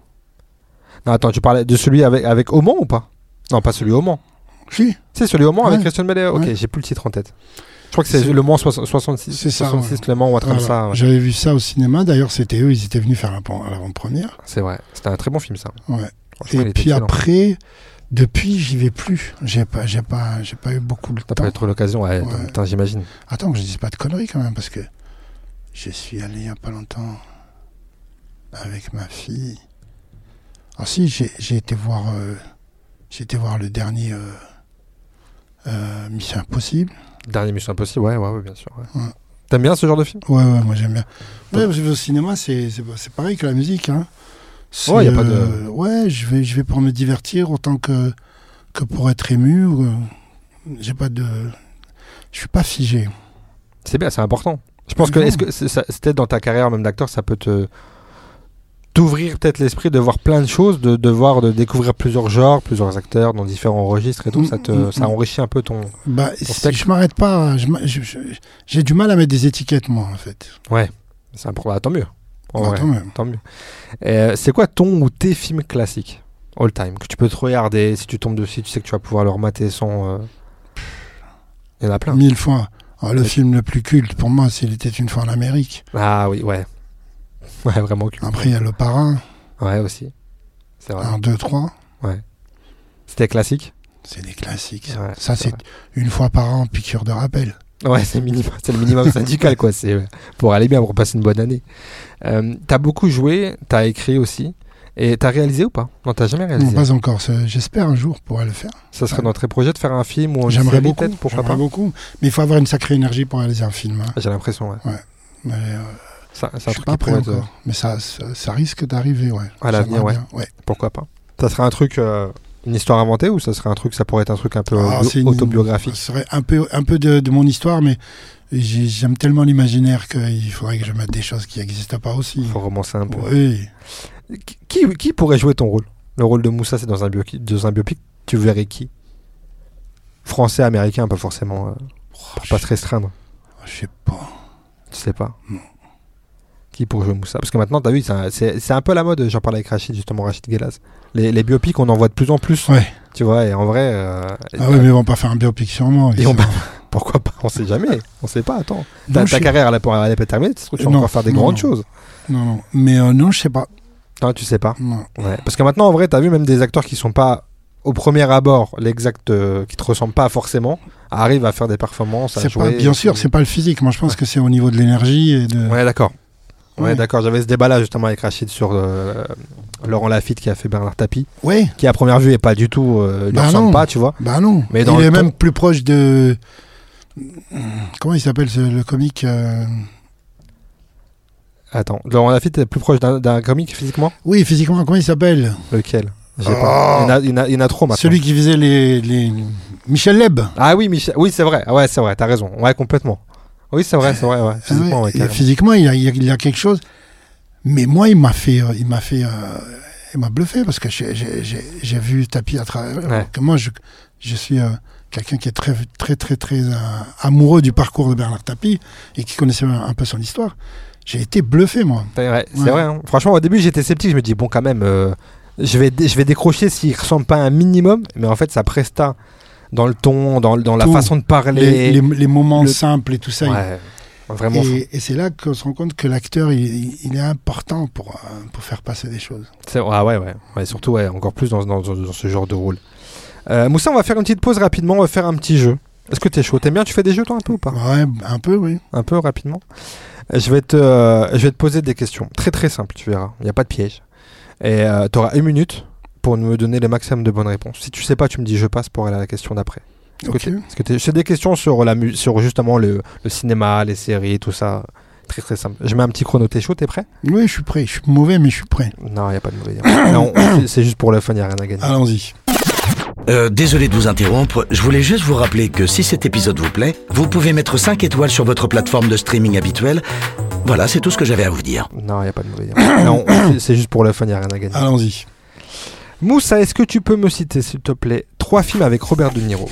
Speaker 2: Non, attends, tu parlais de celui avec avec Oman ou pas Non, pas celui au Mans.
Speaker 3: Si,
Speaker 2: C'est celui au Mans avec
Speaker 3: Ouais.
Speaker 2: Christian Bale. Ok,
Speaker 3: Ouais.
Speaker 2: j'ai plus le titre en tête. Je crois que c'est
Speaker 3: C'est-
Speaker 2: le Mans soix- 66,
Speaker 3: C'est ça,
Speaker 2: 66 le Mans ou un truc comme
Speaker 3: voilà.
Speaker 2: ça. ouais.
Speaker 3: j'avais vu ça au cinéma. D'ailleurs, c'était eux, ils étaient venus faire l'avant- l'avant-première.
Speaker 2: C'est vrai. C'était un très bon film ça.
Speaker 3: Ouais.
Speaker 2: Franchement, il
Speaker 3: Et
Speaker 2: était
Speaker 3: puis
Speaker 2: excellent.
Speaker 3: après, depuis, j'y vais plus. J'ai pas, j'ai pas, j'ai pas eu beaucoup de
Speaker 2: T'as pas
Speaker 3: temps.
Speaker 2: eu trop l'occasion. Ouais, attends,
Speaker 3: Ouais.
Speaker 2: putain, j'imagine.
Speaker 3: Attends, que je dise pas de conneries quand même, parce que je suis allé il y a pas longtemps avec ma fille. Ah si, j'ai j'ai été voir, euh, j'ai été voir le dernier euh, euh, Mission Impossible.
Speaker 2: Dernier Mission Impossible. Ouais, ouais, ouais, bien sûr. ouais.
Speaker 3: Ouais.
Speaker 2: T'aimes bien ce genre de film
Speaker 3: Ouais, ouais, moi j'aime bien. Ouais, parce que au cinéma, c'est c'est- c'est pareil que la musique. Hein. C'est,
Speaker 2: Ouais, y a pas de-
Speaker 3: euh, ouais, je vais, je vais pour me divertir autant que, que pour être ému. ou, euh, J'ai pas de. Je suis pas figé.
Speaker 2: C'est bien, c'est important. Je pense que
Speaker 3: Non.
Speaker 2: est-ce que c'est- ça- c'était dans ta carrière même d'acteur, ça peut te t'ouvrir peut-être l'esprit de voir plein de choses, de, de voir, de découvrir plusieurs genres, plusieurs acteurs dans différents registres et tout.
Speaker 3: Mm,
Speaker 2: ça te,
Speaker 3: mm,
Speaker 2: ça
Speaker 3: mm.
Speaker 2: enrichit un peu ton.
Speaker 3: Bah,
Speaker 2: Pour
Speaker 3: si-
Speaker 2: tec-
Speaker 3: je m'arrête pas. je m'a- je- je- J'ai du mal à mettre des étiquettes, moi, en fait.
Speaker 2: C'est important. Ah, tant mieux. En
Speaker 3: Bah,
Speaker 2: vrai,
Speaker 3: quand même.
Speaker 2: tant mieux. Euh, c'est quoi ton ou tes films classiques all time que tu peux te regarder si tu tombes dessus, tu sais que tu vas pouvoir le remater sans. euh, Il y en a plein.
Speaker 3: Mille fois. Ah, le
Speaker 2: Ouais.
Speaker 3: film le plus culte pour moi, c'est Il était une fois en Amérique.
Speaker 2: Ah oui, ouais, ouais, vraiment. cul.
Speaker 3: Après, il y a Le Parrain,
Speaker 2: Ouais aussi. C'est vrai.
Speaker 3: 1, 2, 3.
Speaker 2: C'était classique.
Speaker 3: C'est des classiques. ça.
Speaker 2: Ouais,
Speaker 3: ça,
Speaker 2: c'est
Speaker 3: c'est
Speaker 2: vrai.
Speaker 3: une fois par an, piqûre de rappel.
Speaker 2: Ouais, c'est le minimum, c'est le minimum syndical, quoi. C'est euh, pour aller bien, pour passer une bonne année. Euh, t'as beaucoup joué, t'as écrit aussi, et t'as réalisé ou pas Non, t'as jamais
Speaker 3: Non,
Speaker 2: réalisé.
Speaker 3: pas encore. ça- J'espère un jour pouvoir le faire.
Speaker 2: Ça serait dans tes projets de faire un film ou une
Speaker 3: J'aimerais
Speaker 2: série,
Speaker 3: beaucoup,
Speaker 2: peut-être, pourquoi
Speaker 3: j'aimerais
Speaker 2: pas
Speaker 3: beaucoup, mais il faut avoir une sacrée énergie pour réaliser un film. hein.
Speaker 2: J'ai l'impression, ouais.
Speaker 3: Mais, euh,
Speaker 2: Ça- C'est un
Speaker 3: je suis
Speaker 2: truc
Speaker 3: pas
Speaker 2: qui
Speaker 3: prêt
Speaker 2: pourrait être-
Speaker 3: encore, mais ça, ça, ça risque d'arriver, ouais.
Speaker 2: À l'avenir,
Speaker 3: J'aimerais
Speaker 2: ouais.
Speaker 3: bien,
Speaker 2: Pourquoi pas Ça serait un truc, euh, une histoire inventée ou ça serait un truc, ça pourrait être un truc un peu
Speaker 3: Ah,
Speaker 2: euh,
Speaker 3: c'est une-
Speaker 2: autobiographique
Speaker 3: Ça serait un peu, un peu de, de mon histoire, mais j'ai- j'aime tellement l'imaginaire qu'il faudrait que je mette des choses qui n'existent pas aussi.
Speaker 2: Faut romancer un peu.
Speaker 3: Oui.
Speaker 2: Qui- Qui, qui pourrait jouer ton rôle Le rôle de Moussa, c'est dans un biopic. Dans un biopic, tu verrais qui Français, américain, pas forcément. euh,
Speaker 3: Oh,
Speaker 2: pour pas se restreindre.
Speaker 3: Je sais pas.
Speaker 2: Tu sais pas
Speaker 3: Non.
Speaker 2: Qui pour jouer Moussa Parce que maintenant, t'as vu, c'est un- c'est c'est un peu la mode. J'en parlais avec Rachid, justement, Rachid Guelaz. Les, les biopics, on en voit de plus en plus.
Speaker 3: Ouais.
Speaker 2: Tu vois, et en vrai. euh,
Speaker 3: Ah ouais, mais ils vont pas faire un biopic sur moi.
Speaker 2: Et on
Speaker 3: ça.
Speaker 2: Pourquoi pas On sait jamais. On sait pas, attends.
Speaker 3: Non,
Speaker 2: Ta,
Speaker 3: je
Speaker 2: ta
Speaker 3: sais-
Speaker 2: carrière, elle, est pour- elle est pas terminée. Tu, sais, tu vas
Speaker 3: Non,
Speaker 2: encore faire des
Speaker 3: non,
Speaker 2: grandes
Speaker 3: non.
Speaker 2: choses.
Speaker 3: Non, non. Mais euh, non, je sais pas.
Speaker 2: Non, tu sais pas.
Speaker 3: Non.
Speaker 2: Ouais. Parce que maintenant, en vrai, t'as vu même des acteurs qui sont pas au premier abord l'exact euh, qui te ressemble pas forcément arrivent à faire des performances à
Speaker 3: C'est pas,
Speaker 2: jouer
Speaker 3: bien sûr, c'est pas le physique. Moi, je pense que c'est au niveau de l'énergie et de.
Speaker 2: Ouais, d'accord. Ouais,
Speaker 3: Ouais.
Speaker 2: d'accord. J'avais ce débat-là justement avec Rachid sur euh, Laurent Lafitte qui a fait Bernard Tapie,
Speaker 3: Ouais.
Speaker 2: qui à première vue est pas du tout, euh, lui
Speaker 3: Bah
Speaker 2: ressemble
Speaker 3: non.
Speaker 2: pas, tu vois.
Speaker 3: Bah non.
Speaker 2: Mais
Speaker 3: Mais
Speaker 2: dans
Speaker 3: il
Speaker 2: le
Speaker 3: est
Speaker 2: temps-
Speaker 3: même plus proche de. Comment il s'appelle ce- le comique euh,
Speaker 2: Attends, Laurent Lafitte est plus proche d'un- d'un comique physiquement
Speaker 3: Oui, physiquement, comment il s'appelle
Speaker 2: Lequel J'ai
Speaker 3: Oh.
Speaker 2: pas. Il y en a- Il y en a- il y en a trop maintenant.
Speaker 3: Celui qui faisait les. les... Michel Leb.
Speaker 2: Ah oui, Michel. Oui, c'est vrai. Ah Ouais, c'est vrai. T'as raison. Ouais, complètement. Oui, c'est vrai, c'est vrai. Ouais. Physiquement, ouais,
Speaker 3: Ah ouais,
Speaker 2: carrément.
Speaker 3: physiquement, il y a, il y a- il y a quelque chose. Mais moi, il m'a fait, euh, il m'a fait, euh, il m'a bluffé parce que j'ai- j'ai j'ai- j'ai vu Tapi à travers.
Speaker 2: Ouais.
Speaker 3: Que moi, je, je suis euh, quelqu'un qui est très, très, très, très euh, amoureux du parcours de Bernard Tapie et qui connaissait un, un peu son histoire, j'ai été bluffé, moi.
Speaker 2: C'est vrai, c'est
Speaker 3: Ouais.
Speaker 2: vrai, hein. Franchement, au début, j'étais sceptique. Je me dis, bon, quand même, euh, je, vais, dé- je vais décrocher s'il ressemble pas à un minimum. Mais en fait, ça presta dans le ton, dans, le- dans la
Speaker 3: Tout.
Speaker 2: façon de
Speaker 3: Les,
Speaker 2: parler.
Speaker 3: les- les moments
Speaker 2: le-
Speaker 3: simples et tout ça.
Speaker 2: Ouais, vraiment. fou.
Speaker 3: et et c'est là qu'on se rend compte que l'acteur, il, il- il est important pour, euh, pour faire passer des choses.
Speaker 2: C'est- Ah ouais, ouais. Ouais, surtout, ouais, encore plus dans, dans- dans- dans ce genre de rôle. Euh, Moussa, on va faire une petite pause rapidement. On va faire un petit jeu. Est-ce que t'es chaud T'aimes bien Tu fais des jeux, toi, un peu ou pas
Speaker 3: Ouais, un peu, oui.
Speaker 2: Un peu rapidement. Euh, Je vais, te, euh, je vais te poser des questions. Très, très simples, tu verras. Il n'y a pas de piège. Et tu auras une minute pour nous donner le maximum de bonnes réponses. Si tu sais pas, tu me dis je passe pour aller à la question d'après. Est-ce que
Speaker 3: Ok.
Speaker 2: t'es- est-ce que t'es- C'est des questions sur, la mu- sur justement le, le cinéma, les séries, tout ça. Très très simple. Je mets un petit chrono, t'es chaud, t'es prêt
Speaker 3: Oui, je suis prêt. Je suis mauvais, mais je suis prêt.
Speaker 2: Non, il a pas de mauvais. Non, c'est- c'est juste pour le fun, il a rien à gagner.
Speaker 3: Allons-y.
Speaker 1: Euh, désolé de vous interrompre, je voulais juste vous rappeler que si cet épisode vous plaît, vous pouvez mettre 5 étoiles sur votre plateforme de streaming habituelle. Voilà, c'est tout ce que j'avais à vous dire.
Speaker 2: Non, il a pas de mauvais. non, c'est- c'est juste pour le fun, il a rien à
Speaker 3: Ah.
Speaker 2: gagner.
Speaker 3: Allons-y.
Speaker 2: Moussa, est-ce que tu peux me citer, s'il te plaît, trois films avec Robert De Niro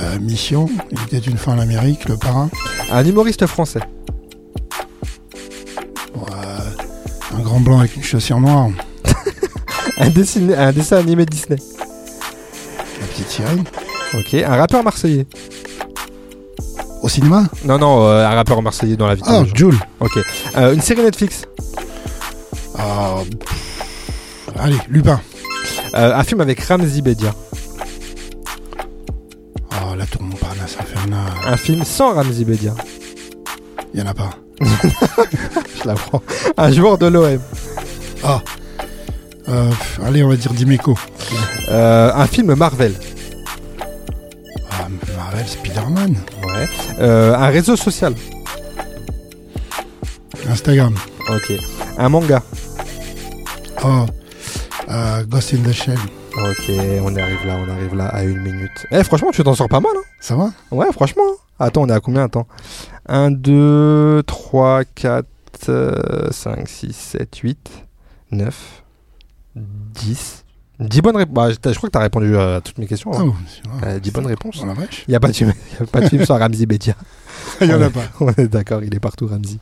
Speaker 3: Euh, mission, il était une fin en Amérique, le parrain.
Speaker 2: Un humoriste français,
Speaker 3: Euh, un grand blanc avec une chaussure noire,
Speaker 2: un, dessiné- un dessin animé Disney,
Speaker 3: la petite sirène.
Speaker 2: ok, un rappeur marseillais.
Speaker 3: Au cinéma
Speaker 2: Non, non, euh, un rappeur marseillais dans la vie. de
Speaker 3: Ah,
Speaker 2: tous les jours.
Speaker 3: Jules.
Speaker 2: Ok. Euh, une série Netflix,
Speaker 3: Ah, pff. allez, Lupin.
Speaker 2: Euh, un film avec Ramzi Bedia.
Speaker 3: Oh, la tour Montparnasse infernale.
Speaker 2: Un film sans Ramzi Bedia.
Speaker 3: Il y en a pas.
Speaker 2: Je l'apprends. Un joueur de l'OM.
Speaker 3: Ah. Euh, pff, allez, on va dire Dimeco.
Speaker 2: Euh, un film Marvel.
Speaker 3: Ah, Marvel, Spider-Man.
Speaker 2: Ouais. Euh, un réseau social.
Speaker 3: Instagram.
Speaker 2: Ok. Un manga.
Speaker 3: Oh. Euh, Ghost in the Shell.
Speaker 2: Ok, on arrive là, on arrive là à une minute. Eh, franchement, tu t'en sors pas mal. Hein
Speaker 3: Ça va
Speaker 2: ouais, franchement. hein. Attends, on est à combien Attends. 1, 2, 3, 4, 5, 6, 7, 8, 9, 10. 10 bonnes réponses. Bah, je t'ai- je crois que t'as répondu à toutes mes questions. hein.
Speaker 3: Oh, c'est vrai.
Speaker 2: Euh, 10 bonnes réponses.
Speaker 3: Oh la vache.
Speaker 2: Il n'y a pas de film, y a pas de film sans Ramzi Bedia.
Speaker 3: Il y en a pas.
Speaker 2: On est d'accord, il est partout, Ramzi.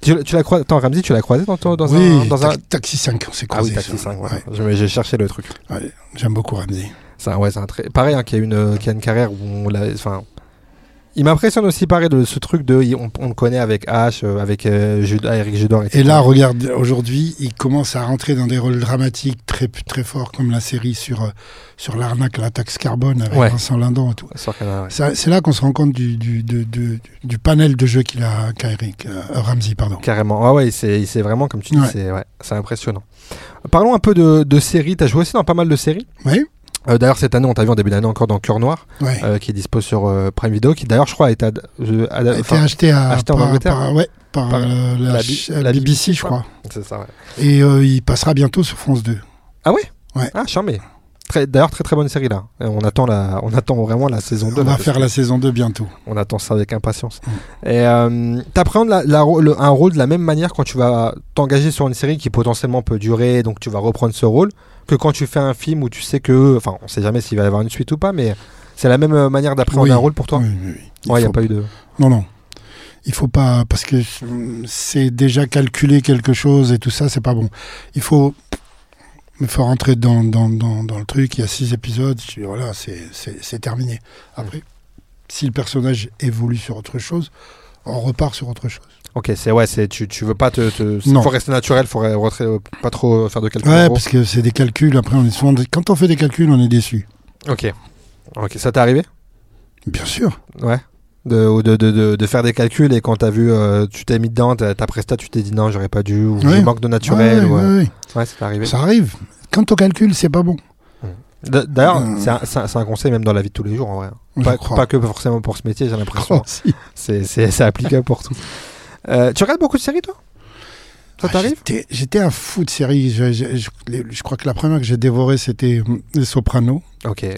Speaker 2: Tu, tu l'as croisé, attends, Ramzi, tu l'as croisé dans, ton- dans
Speaker 3: oui,
Speaker 2: un. Dans un...
Speaker 3: Ta- Taxi 5, on s'est
Speaker 2: Ah oui,
Speaker 3: croisés,
Speaker 2: Taxi
Speaker 3: ça.
Speaker 2: 5,
Speaker 3: Ouais.
Speaker 2: voilà. Je- J'ai cherché le truc.
Speaker 3: Ouais, J'aime beaucoup Ramsey.
Speaker 2: C'est un, ouais, c'est un très... Pareil, hein, qui, a une, euh, qui a une carrière où on l'a. Enfin. Il m'impressionne aussi, pareil, de ce truc de. il- On, on le connaît avec H, euh, avec euh, Judas, Eric Judor.
Speaker 3: Et là, regarde, aujourd'hui, il commence à rentrer dans des rôles dramatiques très, très forts, comme la série sur, euh, sur l'arnaque, la taxe carbone avec
Speaker 2: Ouais.
Speaker 3: Vincent Lindon et tout.
Speaker 2: Sur Canal, ouais.
Speaker 3: Ça- C'est là qu'on se rend compte du, du, du, du, du panel de jeux qu'il a, qu'a Eric, euh, Ramsey, pardon.
Speaker 2: Carrément. Ah ouais, c'est c'est vraiment, comme tu dis,
Speaker 3: Ouais.
Speaker 2: c'est ouais, c'est impressionnant. Parlons un peu de, de séries. T'as joué aussi dans pas mal de séries.
Speaker 3: Oui.
Speaker 2: Euh, D'ailleurs, cette année, on t'a vu en début d'année encore dans Cœur Noir.
Speaker 3: Ouais.
Speaker 2: euh, qui est dispo sur euh, Prime Video, qui d'ailleurs je crois est ad- euh, ad-
Speaker 3: Il a été
Speaker 2: enfin,
Speaker 3: acheté, à,
Speaker 2: acheté en
Speaker 3: par,
Speaker 2: Angleterre. hein.
Speaker 3: par- ouais, par,
Speaker 2: Par
Speaker 3: euh,
Speaker 2: la
Speaker 3: la, ch-
Speaker 2: B-
Speaker 3: euh,
Speaker 2: la
Speaker 3: BBC, je
Speaker 2: ouais.
Speaker 3: crois.
Speaker 2: c'est ça, ouais.
Speaker 3: Et euh, il passera bientôt sur France 2.
Speaker 2: Ah charmé. Très- D'ailleurs très très bonne série là. Et on attend la, on attend vraiment la saison 2.
Speaker 3: On
Speaker 2: là,
Speaker 3: va
Speaker 2: parce
Speaker 3: faire
Speaker 2: que
Speaker 3: la saison 2 bientôt.
Speaker 2: On attend ça avec impatience.
Speaker 3: Mm.
Speaker 2: Et euh, t'appréhendes la- la rô- le- un rôle de la même manière quand tu vas t'engager sur une série qui potentiellement peut durer, donc tu vas reprendre ce rôle, que quand tu fais un film où tu sais que, enfin on sait jamais s'il va y avoir une suite ou pas, mais c'est la même euh, manière d'appréhender
Speaker 3: Oui.
Speaker 2: un rôle pour toi.
Speaker 3: Oui, oui, oui. Il
Speaker 2: Ouais, il n'y a
Speaker 3: faut-
Speaker 2: pas eu de.
Speaker 3: Non, non. Il faut pas parce que hum, c'est déjà calculé quelque chose et tout ça, c'est pas bon. Il faut il faut rentrer dans, dans, dans, dans le truc. Il y a six épisodes, tu- voilà, c'est- c'est c'est terminé. Après, si le personnage évolue sur autre chose, on repart sur autre chose.
Speaker 2: Ok, c'est ouais, c'est tu, tu veux pas te, te-
Speaker 3: Non.
Speaker 2: faut rester naturel, faut re- re- pas trop faire de calculs. en
Speaker 3: Ouais,
Speaker 2: gros.
Speaker 3: parce que c'est des calculs. Après, on est souvent quand on fait des calculs, on est déçu.
Speaker 2: Ok. Ok, ça t'est arrivé
Speaker 3: Bien sûr.
Speaker 2: Ouais. De, ou de, de, de, de faire des calculs et quand t'as vu, euh, tu t'es mis dedans, ta, ta presta, tu t'es dit non, j'aurais pas dû, ou
Speaker 3: Ouais.
Speaker 2: je manque de naturel.
Speaker 3: Ouais,
Speaker 2: ou, euh,
Speaker 3: ouais, ouais.
Speaker 2: ouais, ça t'est arrivé.
Speaker 3: Ça arrive. Quand on calcule, c'est pas bon.
Speaker 2: D- D'ailleurs,
Speaker 3: Euh.
Speaker 2: c'est un, c'est un- c'est un conseil même dans la vie de tous les jours en vrai.
Speaker 3: Je
Speaker 2: Pas,
Speaker 3: crois.
Speaker 2: pas que forcément pour ce métier, j'ai l'impression.
Speaker 3: Oh, si.
Speaker 2: C'est- C'est c'est applicable pour tout. Euh, tu regardes beaucoup de séries toi Ça
Speaker 3: Ah,
Speaker 2: t'arrive
Speaker 3: j'étais- J'étais un fou de séries. Je, je- je- les- je crois que la première que j'ai dévorée, c'était hum, Les Sopranos.
Speaker 2: Ok. Mais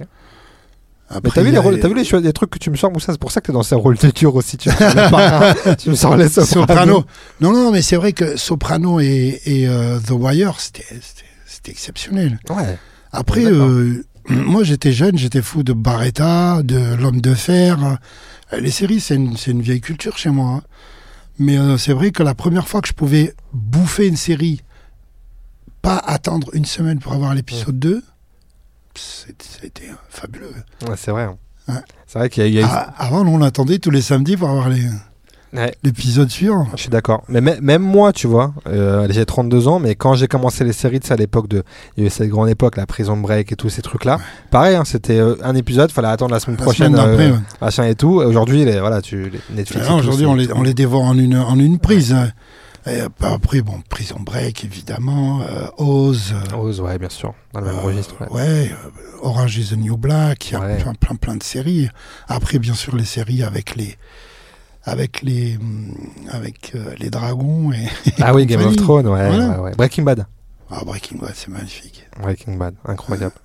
Speaker 3: Après,
Speaker 2: Ah, t'as vu,
Speaker 3: il y
Speaker 2: les,
Speaker 3: a
Speaker 2: rôles- t'as vu les, choses- les trucs que tu me sors, Moussa C'est pour ça que t'es dans ces rôles de dur aussi. Tu, me sors le parrain, tu me sors les sopranos.
Speaker 3: Soprano. Non, non, mais c'est vrai que Soprano et, et, euh, The Wire, c'était c'était- c'était exceptionnel.
Speaker 2: Ouais.
Speaker 3: Après,
Speaker 2: D'accord.
Speaker 3: euh, moi, j'étais jeune, j'étais fou de Barretta, de L'Homme de Fer. Les séries, c'est une, c'est une vieille culture chez moi. hein. Mais euh, c'est vrai que la première fois que je pouvais bouffer une série, pas attendre une semaine pour avoir l'épisode 2, c'est- c'était euh, fabuleux.
Speaker 2: Ouais, c'est vrai. hein.
Speaker 3: Ouais.
Speaker 2: C'est vrai qu'il y a, il y a eu-
Speaker 3: Ah, avant, on l'attendait tous les samedis pour avoir les-
Speaker 2: Ouais.
Speaker 3: l'épisode suivant.
Speaker 2: Je suis d'accord. Mais mè- même moi, tu vois, euh, j'ai 32 ans, mais quand j'ai commencé les séries, tu sais, à l'époque de. Il y a eu cette grande époque, la Prison Break et tous ces trucs-là. Pareil, hein, c'était euh, un épisode, fallait attendre la semaine
Speaker 3: La
Speaker 2: prochaine,
Speaker 3: semaine d'après.
Speaker 2: euh,
Speaker 3: ouais.
Speaker 2: machin et tout. Et aujourd'hui, les, voilà, tu, les Netflix. et
Speaker 3: Ah,
Speaker 2: tout,
Speaker 3: Aujourd'hui,
Speaker 2: c'est-
Speaker 3: on les, on les dévore en une, en une prise. hein. Et bah, après, bon, Prison Break, évidemment, euh, Oz, euh,
Speaker 2: Rose, ouais, bien sûr, dans le même
Speaker 3: Euh,
Speaker 2: registre. ouais.
Speaker 3: ouais, euh, Orange is the New Black, il y a
Speaker 2: Ouais.
Speaker 3: plein, plein, plein de séries. Après, bien sûr, les séries avec les, avec les, hum, avec euh, les dragons et
Speaker 2: Ah oui, Game of
Speaker 3: compagnie.
Speaker 2: Thrones, ouais,
Speaker 3: Voilà.
Speaker 2: ouais, ouais. Breaking Bad.
Speaker 3: Ah, Breaking Bad, c'est magnifique.
Speaker 2: Breaking Bad, incroyable.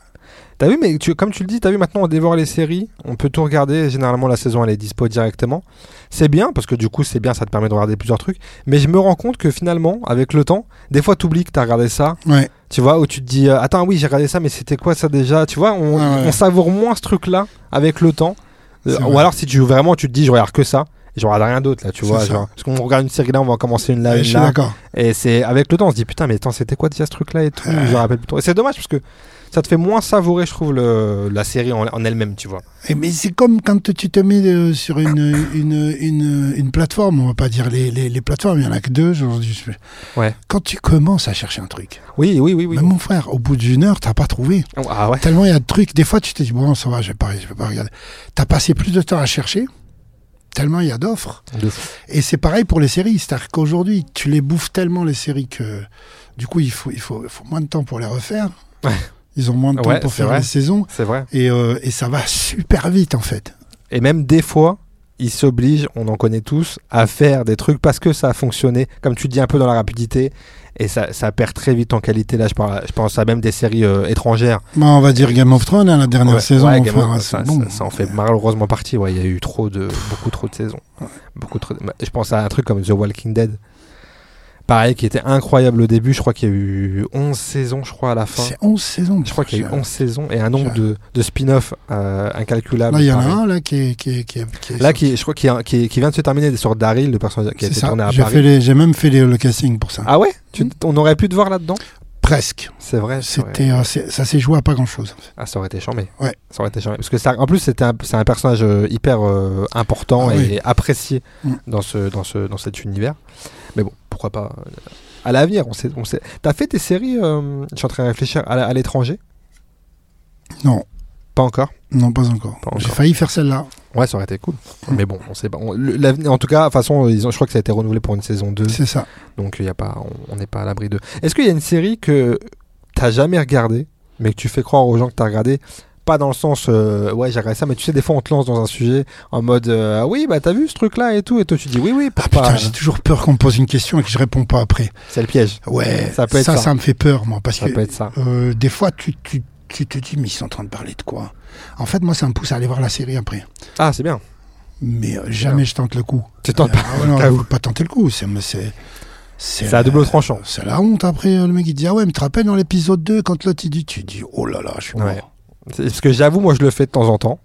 Speaker 2: T'as vu, mais tu, comme tu le dis, t'as vu, maintenant on dévore les séries, on peut tout regarder. Généralement, la saison elle est dispo directement. C'est bien parce que du coup, c'est bien, ça te permet de regarder plusieurs trucs. Mais je me rends compte que finalement, avec le temps, des fois, t'oublies que t'as regardé ça.
Speaker 3: Ouais,
Speaker 2: Tu vois, où tu te dis, euh, attends, oui, j'ai regardé ça, mais c'était quoi ça déjà Tu vois, on,
Speaker 3: Ouais, ouais.
Speaker 2: on savoure moins ce truc-là avec le temps. Euh,
Speaker 3: C'est
Speaker 2: ou
Speaker 3: vrai.
Speaker 2: alors, si tu vraiment, tu te dis, je regarde que ça. et Je regarde rien d'autre là, tu
Speaker 3: C'est
Speaker 2: vois.
Speaker 3: ça.
Speaker 2: Genre, parce qu'on regarde une série là, on va en commencer une là,
Speaker 3: Ouais,
Speaker 2: une
Speaker 3: Euh, je suis
Speaker 2: là.
Speaker 3: d'accord.
Speaker 2: Et c'est avec le temps, on se dit putain, mais attends, c'était quoi déjà ce truc-là et tout Je me rappelle plus trop. Et c'est dommage parce que ça te fait moins savourer, je trouve, le, la série en, en elle-même, tu vois.
Speaker 3: Et mais c'est comme quand tu te mets euh, sur une, une, une, une plateforme, on va pas dire les, les, les plateformes, il y en a que deux aujourd'hui.
Speaker 2: Ouais.
Speaker 3: Quand tu commences à chercher un truc,
Speaker 2: Oui, oui, oui, oui.
Speaker 3: même mon frère, au bout d'une heure, t'as pas trouvé.
Speaker 2: Ah ouais.
Speaker 3: Tellement il y a de trucs. Des fois, tu te dis, bon, ça va, je vais pas, je vais pas regarder. T'as passé plus de temps à chercher, tellement il y a d'offres.
Speaker 2: De fou.
Speaker 3: Et c'est pareil pour les séries. C'est-à-dire qu'aujourd'hui, tu les bouffes tellement, les séries, que du coup, il faut, il faut, il faut moins de temps pour les refaire.
Speaker 2: Ouais.
Speaker 3: Ils ont moins de temps
Speaker 2: Ouais,
Speaker 3: pour
Speaker 2: c'est
Speaker 3: faire
Speaker 2: vrai.
Speaker 3: les saisons.
Speaker 2: C'est vrai.
Speaker 3: Et, euh, et ça va super vite, en fait.
Speaker 2: Et même des fois, ils s'obligent, on en connaît tous, à faire des trucs parce que ça a fonctionné, comme tu dis, un peu dans la rapidité. Et ça, ça perd très vite en qualité. Là, je, parle, je pense à même des séries euh, étrangères.
Speaker 3: Bon, on va dire Game of Thrones, hein, la dernière
Speaker 2: Ouais,
Speaker 3: saison.
Speaker 2: ouais,
Speaker 3: on
Speaker 2: Game
Speaker 3: fera-
Speaker 2: of-
Speaker 3: c'est
Speaker 2: ça,
Speaker 3: bon.
Speaker 2: ça- ça en fait malheureusement partie. Ouais, il y a eu trop de, beaucoup trop de saisons. Beaucoup trop. bah, Je pense à un truc comme The Walking Dead. Pareil, qui était incroyable au début. Je crois qu'il y a eu 11 saisons, je crois, à la fin.
Speaker 3: C'est 11 saisons. euh,
Speaker 2: Je crois qu'il y a eu
Speaker 3: Là,
Speaker 2: 11 saisons et un nombre de, de spin-off euh, incalculable.
Speaker 3: il y en a
Speaker 2: pareil.
Speaker 3: un là, qui est. Qui est- qui est- qui est
Speaker 2: Là, qui, je crois qu'il y a un- qui, qui vient de se terminer des sortes d'Aril, le personnage qui a
Speaker 3: C'est
Speaker 2: été
Speaker 3: ça.
Speaker 2: tourné à
Speaker 3: J'ai
Speaker 2: Paris.
Speaker 3: fait les- j'ai même fait les- le casting pour ça.
Speaker 2: Ah ouais Tu-
Speaker 3: Mm.
Speaker 2: On aurait pu te voir là-dedans
Speaker 3: Presque.
Speaker 2: C'est vrai. c'est vrai.
Speaker 3: C'était, euh, c'est- ça s'est joué à pas grand chose.
Speaker 2: Ah, ça aurait été charmé.
Speaker 3: Ouais.
Speaker 2: Ça aurait été charmé. Parce que ça, en plus, c'était un- c'est un personnage euh, hyper euh, important
Speaker 3: Ah
Speaker 2: et
Speaker 3: oui.
Speaker 2: apprécié
Speaker 3: Mm.
Speaker 2: dans, ce, dans, ce, dans cet univers. Mais bon, pourquoi pas euh, à l'avenir. On sait, on sait. T'as fait tes séries, euh, je suis en train de réfléchir, à, la- à l'étranger
Speaker 3: Non.
Speaker 2: Pas encore
Speaker 3: Non, pas encore.
Speaker 2: Pas
Speaker 3: J'ai
Speaker 2: encore.
Speaker 3: failli faire celle-là.
Speaker 2: Ouais, ça aurait été cool.
Speaker 3: Mm.
Speaker 2: Mais bon, on sait pas. On- le- l'avenir- en tout cas, de toute façon, ils ont, je crois que ça a été renouvelé pour une saison 2.
Speaker 3: C'est ça.
Speaker 2: Donc, il y a pas, on- on n'est pas à l'abri de. Est-ce qu'il y a une série que t'as jamais regardée, mais que tu fais croire aux gens que t'as regardé Pas dans le sens, euh, ouais, j'ai regardé ça, mais tu sais, des fois, on te lance dans un sujet en mode, euh, ah oui, bah t'as vu ce truc-là et tout, et toi, tu dis oui, oui, pour
Speaker 3: Ah
Speaker 2: pas. euh,
Speaker 3: putain, j'ai toujours peur qu'on me pose une question et que je réponds pas après.
Speaker 2: C'est le piège.
Speaker 3: Ouais.
Speaker 2: Ça peut être
Speaker 3: ça,
Speaker 2: ça.
Speaker 3: me fait peur, moi, parce
Speaker 2: Ça
Speaker 3: que
Speaker 2: peut être ça.
Speaker 3: euh, des fois, tu, tu, tu te dis, mais ils sont en train de parler de quoi En fait, moi, ça me pousse à aller voir la série après.
Speaker 2: Ah, c'est bien.
Speaker 3: Mais euh, jamais je tente le coup.
Speaker 2: Tu tentes pas.
Speaker 3: Ah ouais, non,
Speaker 2: au cas
Speaker 3: faut
Speaker 2: où.
Speaker 3: pas tenter le coup. C'est, mais c'est, c'est,
Speaker 2: C'est à double tranchant.
Speaker 3: c'est la honte après. euh, Le mec, il dit, ah ouais, mais tu te rappelles dans l'épisode 2, quand l'autre, il dit, tu dis, oh là là, je suis
Speaker 2: Ouais.
Speaker 3: mort.
Speaker 2: C'est- Parce que j'avoue, moi, je le fais de temps en temps.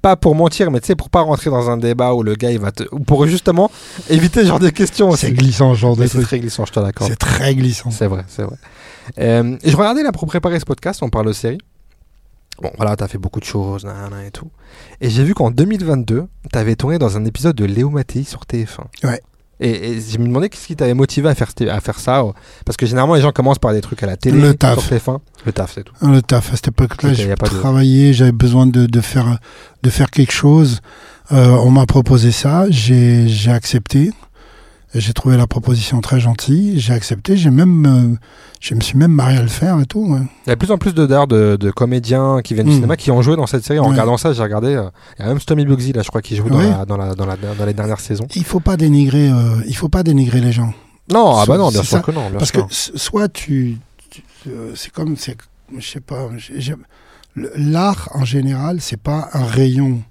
Speaker 2: Pas pour mentir, mais tu sais, pour pas rentrer dans un débat où le gars, il va te. ou Pour justement éviter ce genre de questions.
Speaker 3: C'est
Speaker 2: aussi.
Speaker 3: glissant, ce genre de
Speaker 2: Mais Oh, c'est
Speaker 3: truc.
Speaker 2: très glissant, je te l'accorde.
Speaker 3: C'est très glissant.
Speaker 2: C'est vrai, c'est vrai. Euh, je regardais là pour préparer ce podcast, on parle de séries. Bon, voilà, t'as fait beaucoup de choses, nanana et tout. Et j'ai vu qu'en 2022, t'avais tourné dans un épisode de Léo Mattei sur TF1.
Speaker 3: Ouais.
Speaker 2: Et, et je me demandais qu'est-ce qui t'avait motivé à faire, ce- à faire ça. euh, Parce que généralement, les gens commencent par des trucs à la télé,
Speaker 3: Le taf.
Speaker 2: sur TF1. Le taf, c'est tout.
Speaker 3: Ah, Le taf, à cette époque-là,
Speaker 2: Ok, y
Speaker 3: j'ai
Speaker 2: a pas de-
Speaker 3: travaillé, j'avais besoin de, de, faire, de faire quelque chose. Euh, on m'a proposé ça, j'ai j'ai accepté. J'ai trouvé la proposition très gentille, j'ai accepté, j'ai même, euh, je me suis même marié à le faire et tout. ouais.
Speaker 2: Il y a de plus en plus de, d'ailleurs, de, de comédiens qui viennent du
Speaker 3: Mm.
Speaker 2: cinéma qui ont joué dans cette série. En
Speaker 3: Ouais.
Speaker 2: regardant ça, j'ai regardé. euh, Il y a même Tommy Bugsy, là, je crois, qui joue dans,
Speaker 3: Ouais.
Speaker 2: la- dans, la- dans la- dans les dernières saisons.
Speaker 3: Il faut pas dénigrer, euh, il faut pas dénigrer les gens,
Speaker 2: Non, ah bah non,
Speaker 3: C'est
Speaker 2: bien sûr
Speaker 3: ça.
Speaker 2: que non. bien
Speaker 3: parce que
Speaker 2: sûr.
Speaker 3: s- soit tu, tu- euh, c'est comme, c'est, je sais pas, j'ai- j'ai- le- l'art en général, c'est pas un rayon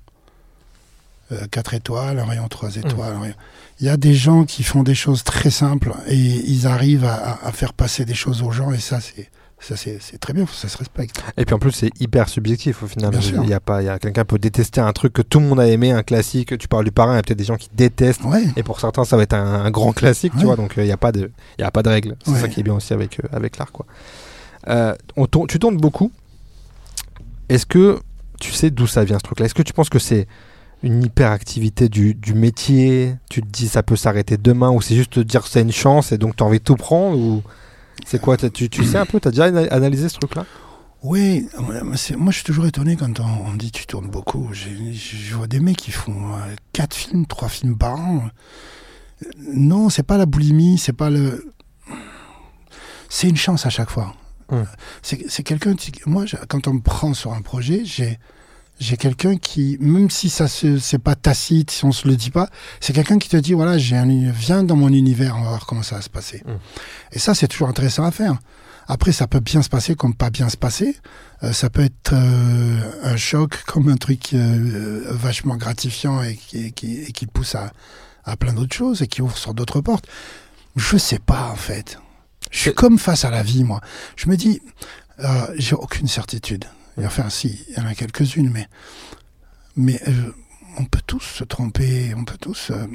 Speaker 3: 4 étoiles, un rayon 3 étoiles. un rayon- Il y a des gens qui font des choses très simples et ils arrivent à, à- à faire passer des choses aux gens et ça, c'est, Ça, c'est c'est très bien, ça se respecte.
Speaker 2: Et puis en plus, c'est hyper subjectif au final.
Speaker 3: Bien sûr.
Speaker 2: Il y a pas, il y a quelqu'un peut détester un truc que tout le monde a aimé, un classique. Tu parles du parrain, il y a peut-être des gens qui détestent.
Speaker 3: Ouais.
Speaker 2: Et pour certains, ça va être un, un grand classique, tu
Speaker 3: Ouais.
Speaker 2: vois. Donc euh, il n'y a pas de, il y a pas de règle. C'est
Speaker 3: Ouais.
Speaker 2: ça qui est bien aussi avec euh, avec l'art, quoi. Euh, on tourne- tu tournes beaucoup. Est-ce que tu sais d'où ça vient ce truc-là Est-ce que tu penses que c'est une hyperactivité du, du métier Tu te dis ça peut s'arrêter demain ou c'est juste te dire c'est une chance et donc tu as envie de tout prendre ou c'est quoi T'as- tu, tu sais un peu T'as déjà ana- analysé ce truc-là
Speaker 3: Oui, euh, moi, c'est- moi je suis toujours étonné quand on, on me dit tu tournes beaucoup. J'ai- Je vois des mecs qui font 4 films, 3 films par an. Euh, Non, c'est pas la boulimie, c'est pas le. C'est une chance à chaque fois. Euh,
Speaker 2: Mm.
Speaker 3: C'est c'est quelqu'un. qui- Moi, je- quand on me prend sur un projet, j'ai. J'ai quelqu'un qui, même si ça se- c'est pas tacite, si on se le dit pas, c'est quelqu'un qui te dit voilà, j'ai un, uni- viens dans mon univers, on va voir comment ça va se passer.
Speaker 2: Mm.
Speaker 3: Et ça, c'est toujours intéressant à faire. Après, ça peut bien se passer comme pas bien se passer. Euh, ça peut être euh, un choc comme un truc euh, vachement gratifiant et qui, et qui, et qui pousse à, à plein d'autres choses et qui ouvre sur d'autres portes. Je sais pas, en fait. Je suis
Speaker 2: C'est-
Speaker 3: comme face à la vie, moi. Je me dis, euh, j'ai aucune certitude. Et Enfin, si, il y en a quelques-unes, mais, mais euh, on peut tous se tromper, on peut tous euh,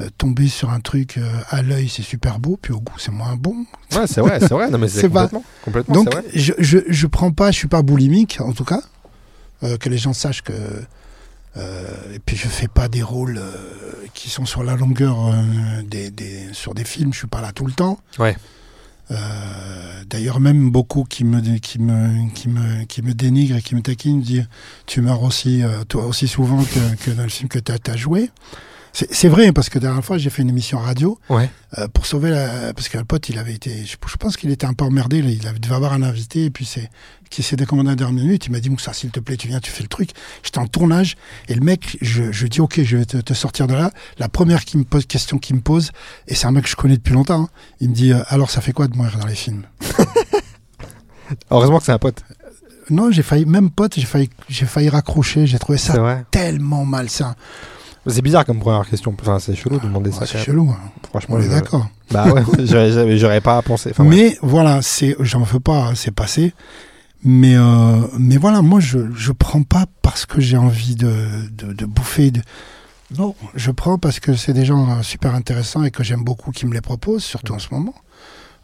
Speaker 3: euh, tomber sur un truc euh, à l'œil, c'est super beau, puis au goût, c'est moins bon.
Speaker 2: Ouais, c'est vrai, c'est vrai. Non, mais c'est
Speaker 3: C'est pas-
Speaker 2: complètement. complètement
Speaker 3: Donc,
Speaker 2: c'est vrai.
Speaker 3: je, je, je prends pas, je suis pas boulimique, en tout cas. Euh, que les gens sachent que. euh, et puis, je fais pas des rôles euh, qui sont sur la longueur euh, des, des- sur des films, je suis pas là tout le temps.
Speaker 2: Ouais.
Speaker 3: Euh, D'ailleurs, même beaucoup qui me, qui, me, qui, me, qui me dénigrent et qui me taquinent disent Tu meurs aussi, euh, toi aussi souvent que, que dans le film que tu as, joué. C'est c'est vrai, parce que la dernière fois, j'ai fait une émission radio
Speaker 2: Ouais.
Speaker 3: euh, pour sauver la. Parce qu'un pote, il avait été. Je, je pense qu'il était un peu emmerdé. là, Il avait- devait avoir un invité. Et puis, c'est. Qui s'est décommandé à la dernière minute. Il m'a dit ça s'il te plaît, tu viens, tu fais le truc. J'étais en tournage. Et le mec, je, je dis Ok, je vais te, te sortir de là. La première qui me pose, question qu'il me pose, et c'est un mec que je connais depuis longtemps, hein, il me dit euh, Alors, ça fait quoi de mourir dans les films
Speaker 2: Heureusement que c'est un pote.
Speaker 3: Non, j'ai failli. Même pote, j'ai failli, j'ai failli raccrocher. J'ai trouvé
Speaker 2: C'est
Speaker 3: ça
Speaker 2: vrai.
Speaker 3: tellement malsain.
Speaker 2: C'est bizarre comme première question. Enfin, c'est chelou de demander
Speaker 3: Ouais,
Speaker 2: ça. quand
Speaker 3: c'est
Speaker 2: même.
Speaker 3: chelou. hein.
Speaker 2: Franchement,
Speaker 3: On est
Speaker 2: je-
Speaker 3: d'accord.
Speaker 2: Bah ouais, j'aurais- j'aurais j'aurais pas pensé. Enfin, ouais.
Speaker 3: mais voilà, c'est, j'en veux pas, hein, c'est passé. Mais euh, mais voilà, moi je je prends pas parce que j'ai envie de, de de bouffer. De... Non, je prends parce que c'est des gens euh, super intéressants et que j'aime beaucoup qui me les proposent, surtout en ce moment.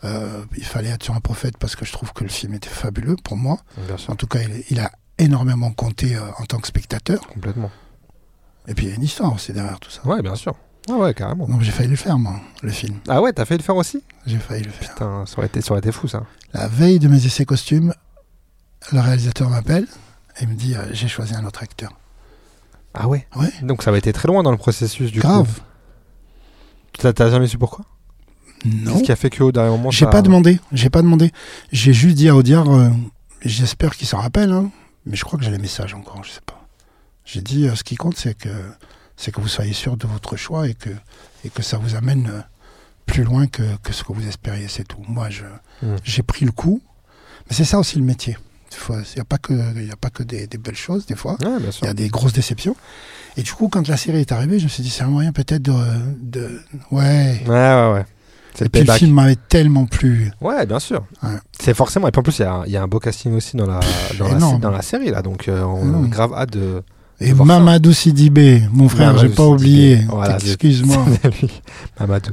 Speaker 3: Euh, il fallait être sur un prophète parce que je trouve que le film était fabuleux pour moi.
Speaker 2: Bien sûr,
Speaker 3: En tout cas, il, il a énormément compté euh, en tant que spectateur.
Speaker 2: complètement.
Speaker 3: Et puis il y a une histoire aussi derrière tout ça.
Speaker 2: Ouais, bien sûr. Ah ouais, carrément.
Speaker 3: Donc j'ai failli le faire moi, le film.
Speaker 2: Ah ouais, t'as failli le faire aussi
Speaker 3: J'ai failli le faire.
Speaker 2: Putain, ça aurait, été, ça aurait été fou ça.
Speaker 3: La veille de mes essais costumes, le réalisateur m'appelle et me dit euh, j'ai choisi un autre acteur.
Speaker 2: Ah ouais
Speaker 3: Ouais.
Speaker 2: Donc ça avait été très loin dans le processus du
Speaker 3: Grave.
Speaker 2: coup. T'as- T'as jamais su pourquoi
Speaker 3: Non.
Speaker 2: Qu'est-ce qui a fait qu'au dernier moment
Speaker 3: J'ai
Speaker 2: ça-
Speaker 3: pas demandé. J'ai pas demandé. J'ai juste dit à Audiard euh, j'espère qu'il s'en rappelle, hein. mais je crois que j'ai les messages encore, je sais pas. J'ai dit euh, ce qui compte c'est que c'est que vous soyez sûr de votre choix et que et que ça vous amène euh, plus loin que, que ce que vous espériez, c'est tout. Moi, je
Speaker 2: Mm.
Speaker 3: j'ai pris le coup, mais c'est ça aussi le métier. Il n'y a pas que il y a pas que des- des belles choses des fois.
Speaker 2: Ouais, bien
Speaker 3: Il
Speaker 2: sûr.
Speaker 3: y a des grosses déceptions. Et du coup, quand la série est arrivée, je me suis dit, c'est un moyen peut-être de, de- Ouais.
Speaker 2: Ouais, ouais, ouais. C'est
Speaker 3: Et
Speaker 2: le
Speaker 3: puis le
Speaker 2: payback.
Speaker 3: film m'avait tellement plu.
Speaker 2: Ouais, bien sûr.
Speaker 3: Ouais.
Speaker 2: C'est forcément. Et puis en plus, il y a, il y a un beau casting aussi dans la, dans la,
Speaker 3: énorme. Ah
Speaker 2: dans la série là. Donc euh, on a
Speaker 3: Énorme.
Speaker 2: grave hâte de.
Speaker 3: Et
Speaker 2: voir ça.
Speaker 3: Mamadou Sidibé, mon frère,
Speaker 2: Mamadou
Speaker 3: j'ai pas
Speaker 2: Sidibé.
Speaker 3: oublié.
Speaker 2: Voilà, c'est-
Speaker 3: Excuse-moi.
Speaker 2: C'est lui, Mamadou.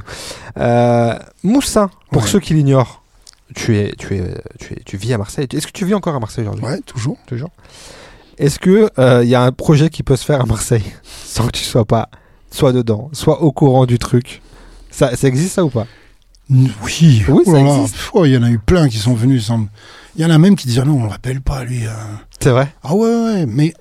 Speaker 2: Euh, Moussa, pour
Speaker 3: Ouais.
Speaker 2: ceux qui l'ignorent, tu, es, tu, es, tu, es, tu vis à Marseille. Est-ce que tu vis encore à Marseille aujourd'hui
Speaker 3: Ouais, toujours.
Speaker 2: Toujours. Est-ce qu'il il y a un projet qui peut se faire à Marseille sans que tu sois pas soit dedans, soit au courant du truc ça, ça existe ça ou pas
Speaker 3: Oui.
Speaker 2: Oui,
Speaker 3: Oh
Speaker 2: ça
Speaker 3: là là.
Speaker 2: existe.
Speaker 3: Pff, oh, Il y en a eu plein qui sont venus. sans- Il y en a même qui disaient, non, on l'appelle pas, lui. hein.
Speaker 2: C'est vrai.
Speaker 3: Ah ouais, ouais, ouais, mais...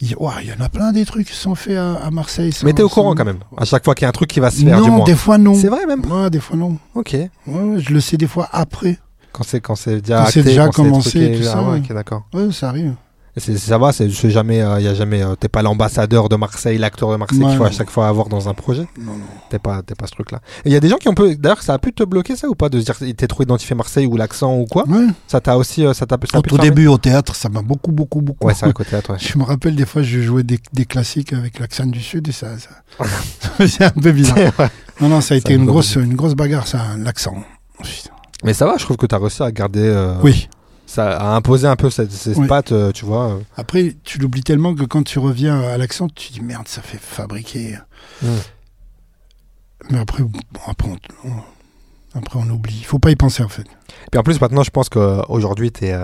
Speaker 3: Il ouah, il y en a plein des trucs qui sont faits à, à Marseille.
Speaker 2: Mais t'es au courant quand même. À chaque fois qu'il y a un truc qui va se faire, du
Speaker 3: Non,
Speaker 2: moins.
Speaker 3: des fois non.
Speaker 2: C'est vrai même.
Speaker 3: Ouais, des fois non.
Speaker 2: Ok.
Speaker 3: Ouais, ouais, je le sais des fois après.
Speaker 2: Quand c'est quand c'est déjà
Speaker 3: Quand c'est
Speaker 2: acté,
Speaker 3: déjà
Speaker 2: quand
Speaker 3: commencé
Speaker 2: truqué,
Speaker 3: et tout
Speaker 2: ah
Speaker 3: ça,
Speaker 2: ouais,
Speaker 3: ouais.
Speaker 2: ok, d'accord.
Speaker 3: Ouais, ça arrive.
Speaker 2: Et c'est- ça va, c'est c'est jamais, euh, y a jamais, euh, t'es pas l'ambassadeur de Marseille, l'acteur de Marseille qu'il
Speaker 3: Ouais,
Speaker 2: faut à
Speaker 3: non.
Speaker 2: chaque fois avoir dans un projet.
Speaker 3: Non, non.
Speaker 2: T'es pas, t'es pas ce truc-là. Il y a des gens qui ont peu, d'ailleurs, ça a pu te bloquer ça ou pas de se dire il t'es trop identifié Marseille ou l'accent ou quoi.
Speaker 3: Ouais.
Speaker 2: Ça t'a aussi, euh, ça t'a, ça a
Speaker 3: Au
Speaker 2: pu
Speaker 3: tout
Speaker 2: te fermer
Speaker 3: début au théâtre, ça m'a beaucoup, beaucoup, beaucoup.
Speaker 2: Ouais, c'est à côté à toi.
Speaker 3: Je me rappelle des fois, je jouais des, des classiques avec l'accent du Sud et ça, ça... c'est un peu bizarre.
Speaker 2: ouais.
Speaker 3: Non, non, ça
Speaker 2: Ça
Speaker 3: a été
Speaker 2: me
Speaker 3: une
Speaker 2: Ah
Speaker 3: grosse, une grosse bagarre, ça, l'accent. Putain.
Speaker 2: Mais ça va, je trouve que tu as réussi à garder. euh,
Speaker 3: Oui.
Speaker 2: Ça a imposé un peu cette, cette
Speaker 3: Oui.
Speaker 2: patte, euh, tu vois. euh.
Speaker 3: Après, tu l'oublies tellement que quand tu reviens à l'accent, tu dis merde, ça fait fabriquer.
Speaker 2: Mm.
Speaker 3: Mais après, bon, après, on, on- après, on oublie. Il faut pas y penser en fait.
Speaker 2: Puis en plus, maintenant, je pense euh, qu'aujourd'hui, tu es.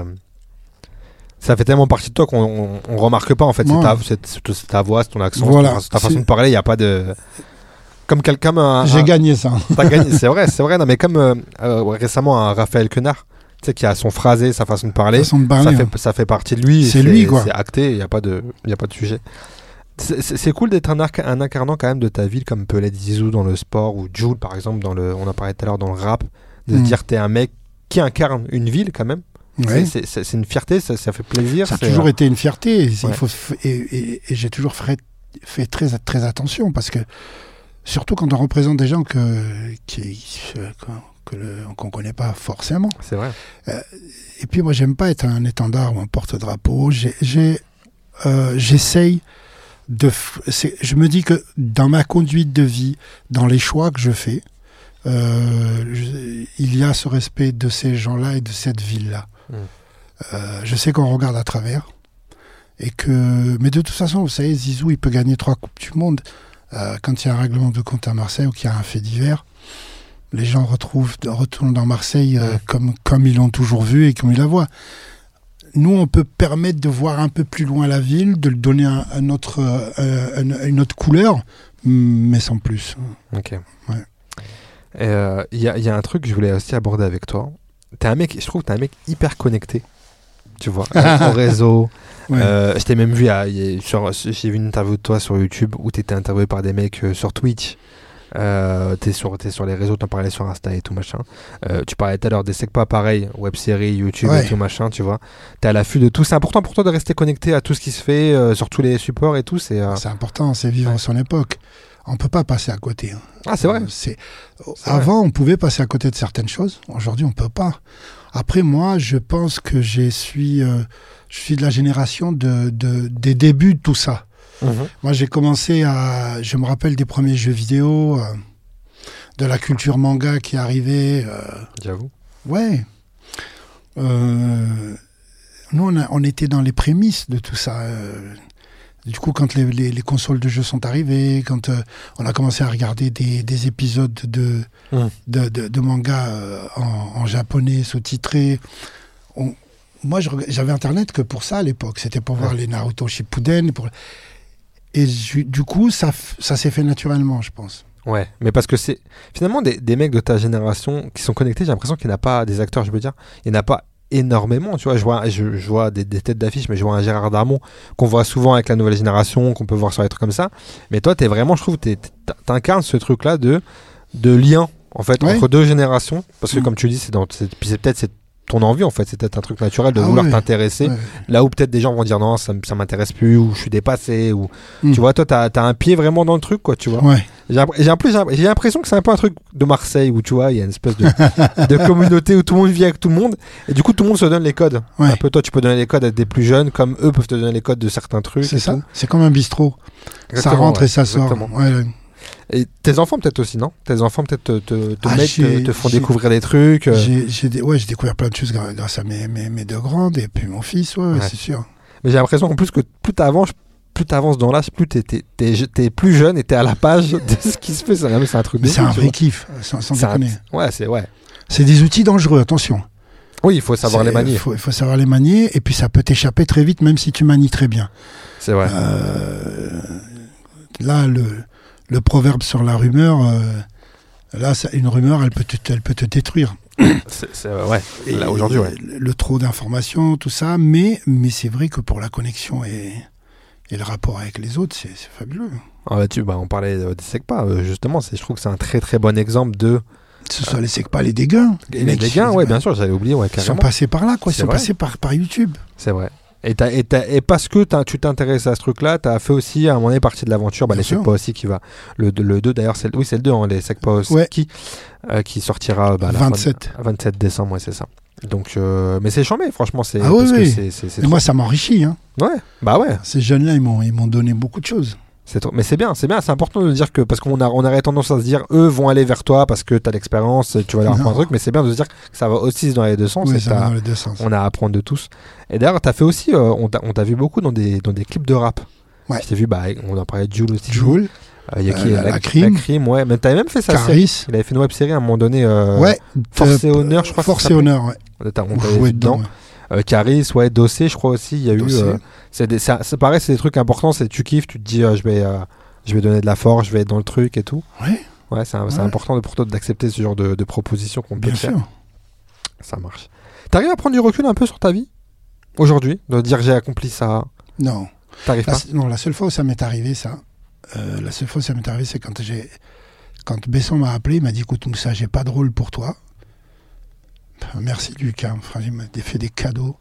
Speaker 2: Ça fait tellement partie de toi qu'on on, on remarque pas en fait. C'est
Speaker 3: Ouais.
Speaker 2: ta, c'est- c'est- c'est ta voix, c'est ton accent,
Speaker 3: Voilà.
Speaker 2: c'est ta- c'est ta façon
Speaker 3: C'est-
Speaker 2: de parler. Il y a pas de comme quelqu'un. un-
Speaker 3: J'ai
Speaker 2: un-
Speaker 3: gagné ça.
Speaker 2: T'as gagné, c'est vrai, c'est vrai. Non, mais comme euh, euh, récemment, un Raphaël Quenard, tu sais, qui a son phrasé, sa façon de parler,
Speaker 3: Façon de
Speaker 2: ça
Speaker 3: parler, hein.
Speaker 2: fait, ça fait partie de lui.
Speaker 3: C'est lui, quoi.
Speaker 2: C'est acté, il n'y a, pas de- y a pas de sujet. C'est- C'est c'est cool d'être un, arc- un incarnant quand même de ta ville, comme Pelé Zizou dans le sport, ou Jules, par exemple, dans le, on en parlait tout à l'heure dans le rap, de
Speaker 3: Mm.
Speaker 2: dire t'es un mec qui incarne une ville quand même. C'est-
Speaker 3: Ouais.
Speaker 2: C'est c'est- c'est une fierté, ça, ça fait plaisir.
Speaker 3: Ça a
Speaker 2: c'est-
Speaker 3: toujours été une fierté. Il
Speaker 2: Ouais.
Speaker 3: faut f- et et- et j'ai toujours fait, fait très, très attention parce que, surtout quand on représente des gens que, qui, que le- qu'on connaît pas forcément.
Speaker 2: C'est vrai.
Speaker 3: Et puis moi, j'aime pas être un étendard ou un porte-drapeau. J'ai- j'ai, euh, J'essaye de. f- c'est- Je me dis que dans ma conduite de vie, dans les choix que je fais, euh, je- il y a ce respect de ces gens-là et de cette ville-là.
Speaker 2: Mm.
Speaker 3: Euh, je sais qu'on regarde à travers. Et que, mais de toute façon, vous savez, Zizou, il peut gagner trois Coupes du Monde. Euh, quand il y a un règlement de compte à Marseille ou qu'il y a un fait divers, les gens retrouvent, retournent dans Marseille euh,
Speaker 2: Ouais.
Speaker 3: comme, comme ils l'ont toujours vu et comme ils la voient. Nous, on peut permettre de voir un peu plus loin la ville, de lui donner un, un autre, euh, un- une autre couleur, mais sans plus.
Speaker 2: Ok.
Speaker 3: Ouais.
Speaker 2: Et, euh, Il y, a, il y a un truc que je voulais aussi aborder avec toi. T'es un mec, je trouve que t'es un mec hyper connecté. Tu vois, au réseau.
Speaker 3: Ouais.
Speaker 2: Euh, je t'ai même vu, à- il y a- sur- j'ai vu une interview de toi sur YouTube où t'étais interviewé par des mecs euh, sur Twitch. Euh, t'es sur, t'es sur les réseaux, t'en parlais sur Insta et tout machin. Euh, tu parlais tout à l'heure des pas pareil, web série, YouTube
Speaker 3: Ouais.
Speaker 2: et tout machin, tu vois. T'es à l'affût de tout. C'est important pour toi de rester connecté à tout ce qui se fait euh, sur tous les supports et tout. C'est euh,
Speaker 3: C'est important, c'est vivre
Speaker 2: Ouais.
Speaker 3: son époque. On peut pas passer à côté. hein.
Speaker 2: ah c'est vrai.
Speaker 3: Euh, C'est
Speaker 2: C'est vrai.
Speaker 3: avant on pouvait passer à côté de certaines choses. Aujourd'hui on peut pas. Après moi je pense que je suis euh, je suis de la génération de, de- des débuts de tout ça.
Speaker 2: Mhm.
Speaker 3: Moi j'ai commencé à je me rappelle des premiers jeux vidéo, euh, de la culture manga qui arrivait. euh,
Speaker 2: J'avoue.
Speaker 3: Ouais. Euh, nous, on, a- on était dans les prémices de tout ça. euh. du coup, quand les, les- les consoles de jeux sont arrivées, quand euh, on a commencé à regarder des, des épisodes de,
Speaker 2: Mm.
Speaker 3: de, de- de mangas euh, en, en japonais sous-titrés, on- moi, je reg- j'avais Internet que pour ça à l'époque. C'était pour voir
Speaker 2: Ouais.
Speaker 3: les Naruto Shippuden. Pour... Et ju- du coup, ça, f- ça s'est fait naturellement, je pense.
Speaker 2: Ouais, mais parce que c'est finalement des, des mecs de ta génération qui sont connectés, j'ai l'impression qu'il n'y en a pas des acteurs, je veux dire, il n'y en a pas énormément, tu vois, je vois, je, je vois des, des têtes d'affiche, mais je vois un Gérard Darmon qu'on voit souvent avec la nouvelle génération, qu'on peut voir sur les trucs comme ça, mais toi, t'es vraiment, je trouve, t'es- t'incarnes ce truc-là de, de lien, en fait,
Speaker 3: Ouais.
Speaker 2: entre deux générations, parce que
Speaker 3: Mm.
Speaker 2: comme tu dis, c'est dans- c'est c'est peut-être c'est ton envie, en fait, c'est peut-être un truc naturel de
Speaker 3: Ah
Speaker 2: vouloir
Speaker 3: ouais.
Speaker 2: t'intéresser,
Speaker 3: Ouais.
Speaker 2: là où peut-être des gens vont dire non, ça, m- ça m'intéresse plus, ou je suis dépassé, ou...
Speaker 3: Mm.
Speaker 2: Tu vois, toi, t'as as un pied vraiment dans le truc, quoi, tu vois.
Speaker 3: Ouais.
Speaker 2: J'ai l'impr- j'ai en plus, j'ai- j'ai l'impression que c'est un peu un truc de Marseille où tu vois, il y a une espèce de, de communauté où tout le monde vit avec tout le monde et du coup tout le monde se donne les codes.
Speaker 3: Ouais.
Speaker 2: Un peu toi, tu peux donner les codes à des plus jeunes comme eux peuvent te donner les codes de certains trucs.
Speaker 3: C'est
Speaker 2: et
Speaker 3: ça.
Speaker 2: tout.
Speaker 3: C'est comme un bistrot. ça
Speaker 2: Exactement,
Speaker 3: rentre
Speaker 2: ouais,
Speaker 3: et ça sort.
Speaker 2: exactement.
Speaker 3: Ouais, ouais.
Speaker 2: Et tes enfants peut-être aussi, non Tes enfants peut-être te, te, te
Speaker 3: Ah,
Speaker 2: mettent, te,
Speaker 3: j'ai-
Speaker 2: te font
Speaker 3: j'ai-
Speaker 2: découvrir des trucs. euh.
Speaker 3: J'ai, j'ai dé- ouais, j'ai découvert plein de choses gra- grâce à mes, mes, mes deux grandes et puis mon fils, ouais, ouais,
Speaker 2: Ouais.
Speaker 3: c'est sûr.
Speaker 2: Mais j'ai l'impression en plus que plus t'avances, plus t'avances dans l'âge, plus t'es t'es- t'es je- t'es plus jeune et t'es à la page de ce qui se fait. C'est un- c'est un truc.
Speaker 3: Mais
Speaker 2: de
Speaker 3: c'est
Speaker 2: fou,
Speaker 3: un
Speaker 2: tu
Speaker 3: vrai
Speaker 2: vois.
Speaker 3: kiff, sans, sans
Speaker 2: C'est un-
Speaker 3: déconner.
Speaker 2: Ouais, c'est ouais.
Speaker 3: C'est des outils dangereux, attention.
Speaker 2: Oui, il faut savoir
Speaker 3: C'est-
Speaker 2: les manier.
Speaker 3: Il faut, il faut savoir les manier et puis ça peut t'échapper très vite, même si tu manies très bien.
Speaker 2: C'est vrai.
Speaker 3: Euh, là, le, le proverbe sur la rumeur, euh, là, ça- une rumeur, elle peut te, elle peut te détruire.
Speaker 2: C'est- c'est- ouais.
Speaker 3: Et
Speaker 2: Là, aujourd'hui, ouais.
Speaker 3: Le, le trop d'informations, tout ça, mais, mais c'est vrai que pour la connexion et, et le rapport avec les autres, c'est, c'est fabuleux.
Speaker 2: Ah bah tu, bah on parlait euh, des SECPA, euh, justement, c'est- je trouve que c'est un très très bon exemple de... Ah.
Speaker 3: Ce soit les c'est que pas les dégâts.
Speaker 2: Les,
Speaker 3: mecs,
Speaker 2: dégâts,
Speaker 3: ils-
Speaker 2: ouais, bien sûr, j'avais oublié, ouais,
Speaker 3: Ils sont
Speaker 2: carrément.
Speaker 3: passés par là, quoi. Ils
Speaker 2: C'est
Speaker 3: sont
Speaker 2: vrai.
Speaker 3: passés par, par YouTube.
Speaker 2: C'est vrai. Et, t'as- et, t'as- et parce que t'as- tu t'intéresses à ce truc-là, tu as fait aussi, à un moment donné, partie de l'aventure, bah,
Speaker 3: Bien
Speaker 2: les
Speaker 3: sûr.
Speaker 2: SECPA aussi qui va... Le, le 2, d'ailleurs, c'est le- oui, c'est le 2, hein, les SECPA aussi,
Speaker 3: Ouais.
Speaker 2: qui, euh, qui sortira bah, à la fin de-
Speaker 3: 27.
Speaker 2: à 27 décembre, ouais, c'est ça. Donc, euh, mais c'est chambé, franchement, c'est...
Speaker 3: Ah
Speaker 2: parce
Speaker 3: oui,
Speaker 2: que
Speaker 3: oui.
Speaker 2: c'est- c'est- c'est
Speaker 3: Et moi, ça m'enrichit. Hein.
Speaker 2: trop- Ouais, bah ouais,
Speaker 3: Ces jeunes-là, ils m'ont, ils m'ont donné beaucoup de choses.
Speaker 2: mais c'est bien, c'est bien, c'est important de le dire que parce qu'on a, on aurait tendance à se dire eux vont aller vers toi parce que tu as l'expérience, tu vas leur apprendre un
Speaker 3: Non.
Speaker 2: truc, mais c'est bien de se dire que ça va aussi dans les deux sens.
Speaker 3: Oui,
Speaker 2: et
Speaker 3: ça va
Speaker 2: t'as-
Speaker 3: dans les deux sens.
Speaker 2: Oh, on a à apprendre de tous. Et d'ailleurs, t'as fait aussi, euh, on t'a on t'a vu beaucoup dans des, dans des clips de rap.
Speaker 3: Ouais.
Speaker 2: Je t'ai vu, bah, on en parlait de Jules aussi.
Speaker 3: Joule,
Speaker 2: Euh, il y a qui,
Speaker 3: euh, la- la crime.
Speaker 2: ouais. Mais t'avais même fait sa série.
Speaker 3: Caris,
Speaker 2: Il avait fait une web série à un moment donné. euh,
Speaker 3: ouais,
Speaker 2: Force
Speaker 3: euh,
Speaker 2: et honneur, je crois. que ça
Speaker 3: Force et
Speaker 2: s'appelait.
Speaker 3: honneur, ouais.
Speaker 2: T'as- on
Speaker 3: Vous
Speaker 2: t'avait
Speaker 3: jouez
Speaker 2: vu dedans.
Speaker 3: dedans, ouais.
Speaker 2: Euh, Caris, ouais, Dossé, je crois aussi. Il y a eu.
Speaker 3: Dossé.
Speaker 2: euh, c'est des- ça, ça paraît, c'est des trucs importants. C'est tu kiffes, tu te dis, euh, je vais, euh, je vais donner de la force, je vais être dans le truc et tout.
Speaker 3: Ouais,
Speaker 2: Ouais, c'est un- c'est
Speaker 3: Ouais.
Speaker 2: important de- pour toi d'accepter ce genre de, de proposition qu'on peut
Speaker 3: bien
Speaker 2: te faire.
Speaker 3: sûr.
Speaker 2: Ça marche. T'arrives à prendre du recul un peu sur ta vie aujourd'hui, de dire j'ai accompli ça.
Speaker 3: Non.
Speaker 2: T'arrives
Speaker 3: La,
Speaker 2: pas.
Speaker 3: se- non, la seule fois où ça m'est arrivé, ça, euh, la seule fois où ça m'est arrivé, c'est quand j'ai, quand Besson m'a appelé, il m'a dit, écoute, ça, j'ai pas de rôle pour toi. Ben, merci Lucas, enfin, il m'a fait des cadeaux.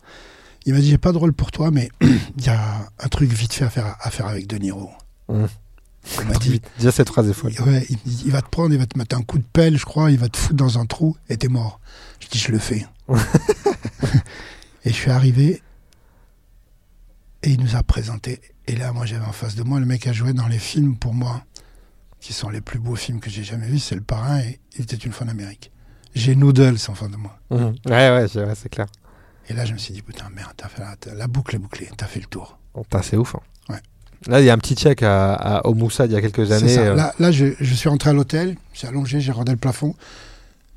Speaker 3: Il m'a dit, j'ai pas de rôle pour toi, mais il y a un truc vite fait à faire, à faire avec De Niro.
Speaker 2: Mmh.
Speaker 3: Il m'a dit,
Speaker 2: Déjà cette phrase est folle.
Speaker 3: ouais, il, il va te prendre, il va te mettre un coup de pelle, je crois, il va te foutre dans un trou, et t'es mort. Je dis, je le fais. et je suis arrivé, et il nous a présenté. Et là, moi, j'avais en face de moi le mec a joué dans les films, pour moi, qui sont les plus beaux films que j'ai jamais vus, c'est Le Parrain et Il était une fois en Amérique. J'ai Noodles en fin de moi.
Speaker 2: Mhm. Ouais, ouais, c'est ouais, c'est clair.
Speaker 3: Et là, je me suis dit, putain, merde, t'as fait la, t'as- la boucle est bouclée, t'as fait le tour.
Speaker 2: Putain, c'est ouf. hein.
Speaker 3: Ouais.
Speaker 2: Là, il y a un petit check à, à Omoussa il y a quelques
Speaker 3: C'est
Speaker 2: années.
Speaker 3: ça.
Speaker 2: euh,
Speaker 3: Là, là, je, je suis rentré à l'hôtel, j'ai allongé, j'ai regardé le plafond.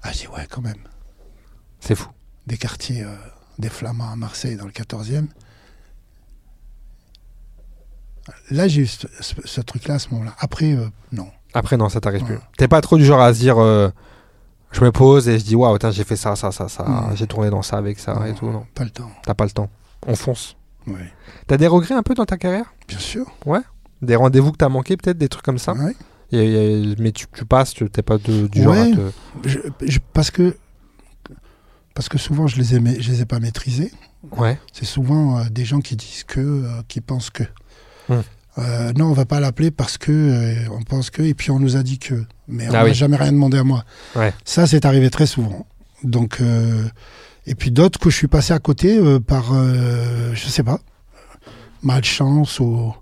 Speaker 3: Ah, j'ai dit, ouais, quand même.
Speaker 2: C'est fou.
Speaker 3: des quartiers euh, des Flamands à Marseille dans le 14e. Là, j'ai eu ce, ce- ce truc-là à ce moment-là. Après, euh, non.
Speaker 2: Après, non, ça t'arrive
Speaker 3: Ouais.
Speaker 2: plus. T'es pas trop du genre à se dire, euh, je me pose et je dis, waouh, tiens, j'ai fait ça, ça, ça, ça,
Speaker 3: Mhm.
Speaker 2: j'ai tourné dans ça avec ça et
Speaker 3: Non,
Speaker 2: tout. Non,
Speaker 3: Pas le temps.
Speaker 2: t'as pas le temps. On fonce.
Speaker 3: Oui.
Speaker 2: T'as des regrets un peu dans ta carrière
Speaker 3: Bien sûr.
Speaker 2: Des rendez-vous que t'as manqué, peut-être, des trucs comme ça
Speaker 3: Ouais.
Speaker 2: Il y a- il y a- Mais tu, tu passes, tu- t'es pas de- du genre à
Speaker 3: Ouais.
Speaker 2: te.
Speaker 3: Je- je- parce que parce que souvent, je les ai, ma- je les ai pas maîtrisés.
Speaker 2: Ouais.
Speaker 3: C'est souvent euh, des gens qui disent que, euh, qui pensent que.
Speaker 2: Hmm.
Speaker 3: Euh, non, on va pas l'appeler parce que euh, on pense que et puis on nous a dit que. Mais on
Speaker 2: Ah
Speaker 3: n'a
Speaker 2: oui.
Speaker 3: jamais rien demandé à moi.
Speaker 2: Ouais.
Speaker 3: Ça, c'est arrivé très souvent. Donc euh, et puis d'autres que je suis passé à côté euh, par euh, je sais pas malchance ou,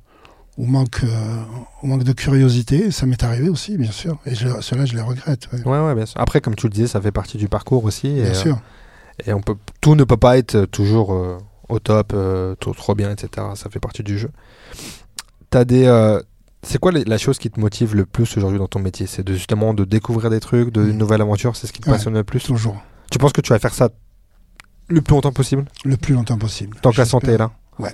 Speaker 3: ou manque euh, ou manque de curiosité. Ça m'est arrivé aussi, bien sûr. Et je, cela, je les regrette. ouais.
Speaker 2: Ouais, ouais, bien sûr. Après, comme tu le disais, ça fait partie du parcours aussi. et,
Speaker 3: Bien
Speaker 2: euh,
Speaker 3: sûr.
Speaker 2: Et on peut, tout ne peut pas être euh, toujours euh, au top, euh, tout trop bien, etc. Ça fait partie du jeu. T'as des, euh, c'est quoi les- la chose qui te motive le plus aujourd'hui dans ton métier C'est de, justement de découvrir des trucs, de une
Speaker 3: Mm.
Speaker 2: nouvelle aventure, c'est ce qui te
Speaker 3: Ouais.
Speaker 2: passionne le plus
Speaker 3: Toujours
Speaker 2: Tu penses que tu vas faire ça le plus longtemps possible,
Speaker 3: le plus longtemps possible.
Speaker 2: tant que la
Speaker 3: J'espère.
Speaker 2: santé est là Bah,
Speaker 3: Ouais.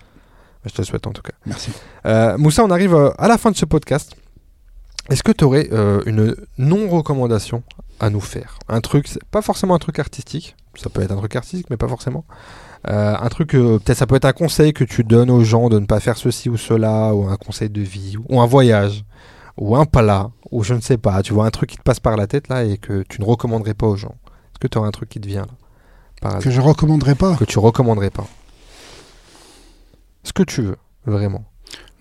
Speaker 2: Je te le souhaite en tout cas.
Speaker 3: Merci.
Speaker 2: Euh, Moussa, on arrive euh, à la fin de ce podcast. Est-ce que tu aurais une non-recommandation à nous faire Un truc, c'est pas forcément un truc artistique, ça peut être un truc artistique, mais pas forcément. Euh, un truc, euh, peut-être ça peut être un conseil que tu donnes aux gens de ne pas faire ceci ou cela, ou un conseil de vie, ou- ou un voyage, ou un plat, ou je ne sais pas, tu vois, un truc qui te passe par la tête là et que tu ne recommanderais pas aux gens. Est-ce que tu aurais un truc qui te vient là par hasard
Speaker 3: Que je recommanderais pas.
Speaker 2: que tu recommanderais pas Ce que tu veux, vraiment.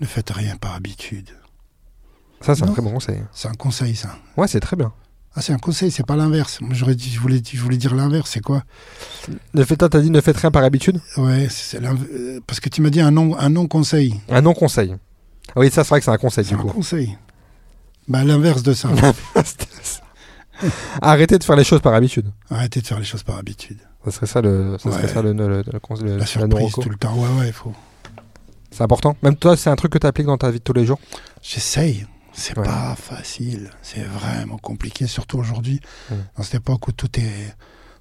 Speaker 3: Ne faites rien par habitude.
Speaker 2: Ça, c'est un
Speaker 3: Non.
Speaker 2: très bon conseil. hein.
Speaker 3: C'est un conseil, ça.
Speaker 2: Ouais, c'est très bien.
Speaker 3: Ah, c'est un conseil, c'est pas l'inverse. Moi, j'aurais dit, je voulais, je voulais dire l'inverse, c'est quoi
Speaker 2: Ne faites, toi, t'as dit ne faites rien par habitude
Speaker 3: Ouais, c'est l'inv- euh, parce que tu m'as dit un non, un non conseil.
Speaker 2: Un non-conseil. Ah oui, ça, c'est vrai que c'est un conseil,
Speaker 3: C'est
Speaker 2: du
Speaker 3: un
Speaker 2: coup.
Speaker 3: conseil. Bah, l'inverse de ça.
Speaker 2: Arrêtez de faire les choses par habitude.
Speaker 3: Arrêtez de faire les choses par habitude.
Speaker 2: Ça serait ça le, ça serait
Speaker 3: Ouais.
Speaker 2: ça le, le- le- le conse- le-
Speaker 3: La
Speaker 2: la
Speaker 3: surprise
Speaker 2: non-reco.
Speaker 3: tout le temps. Ouais, ouais, faut.
Speaker 2: C'est important. Même toi, c'est un truc que tu appliques dans ta vie de tous les jours.
Speaker 3: J'essaye. C'est
Speaker 2: Ouais.
Speaker 3: pas facile. C'est vraiment compliqué, surtout aujourd'hui,
Speaker 2: Ouais.
Speaker 3: dans cette époque où tout est,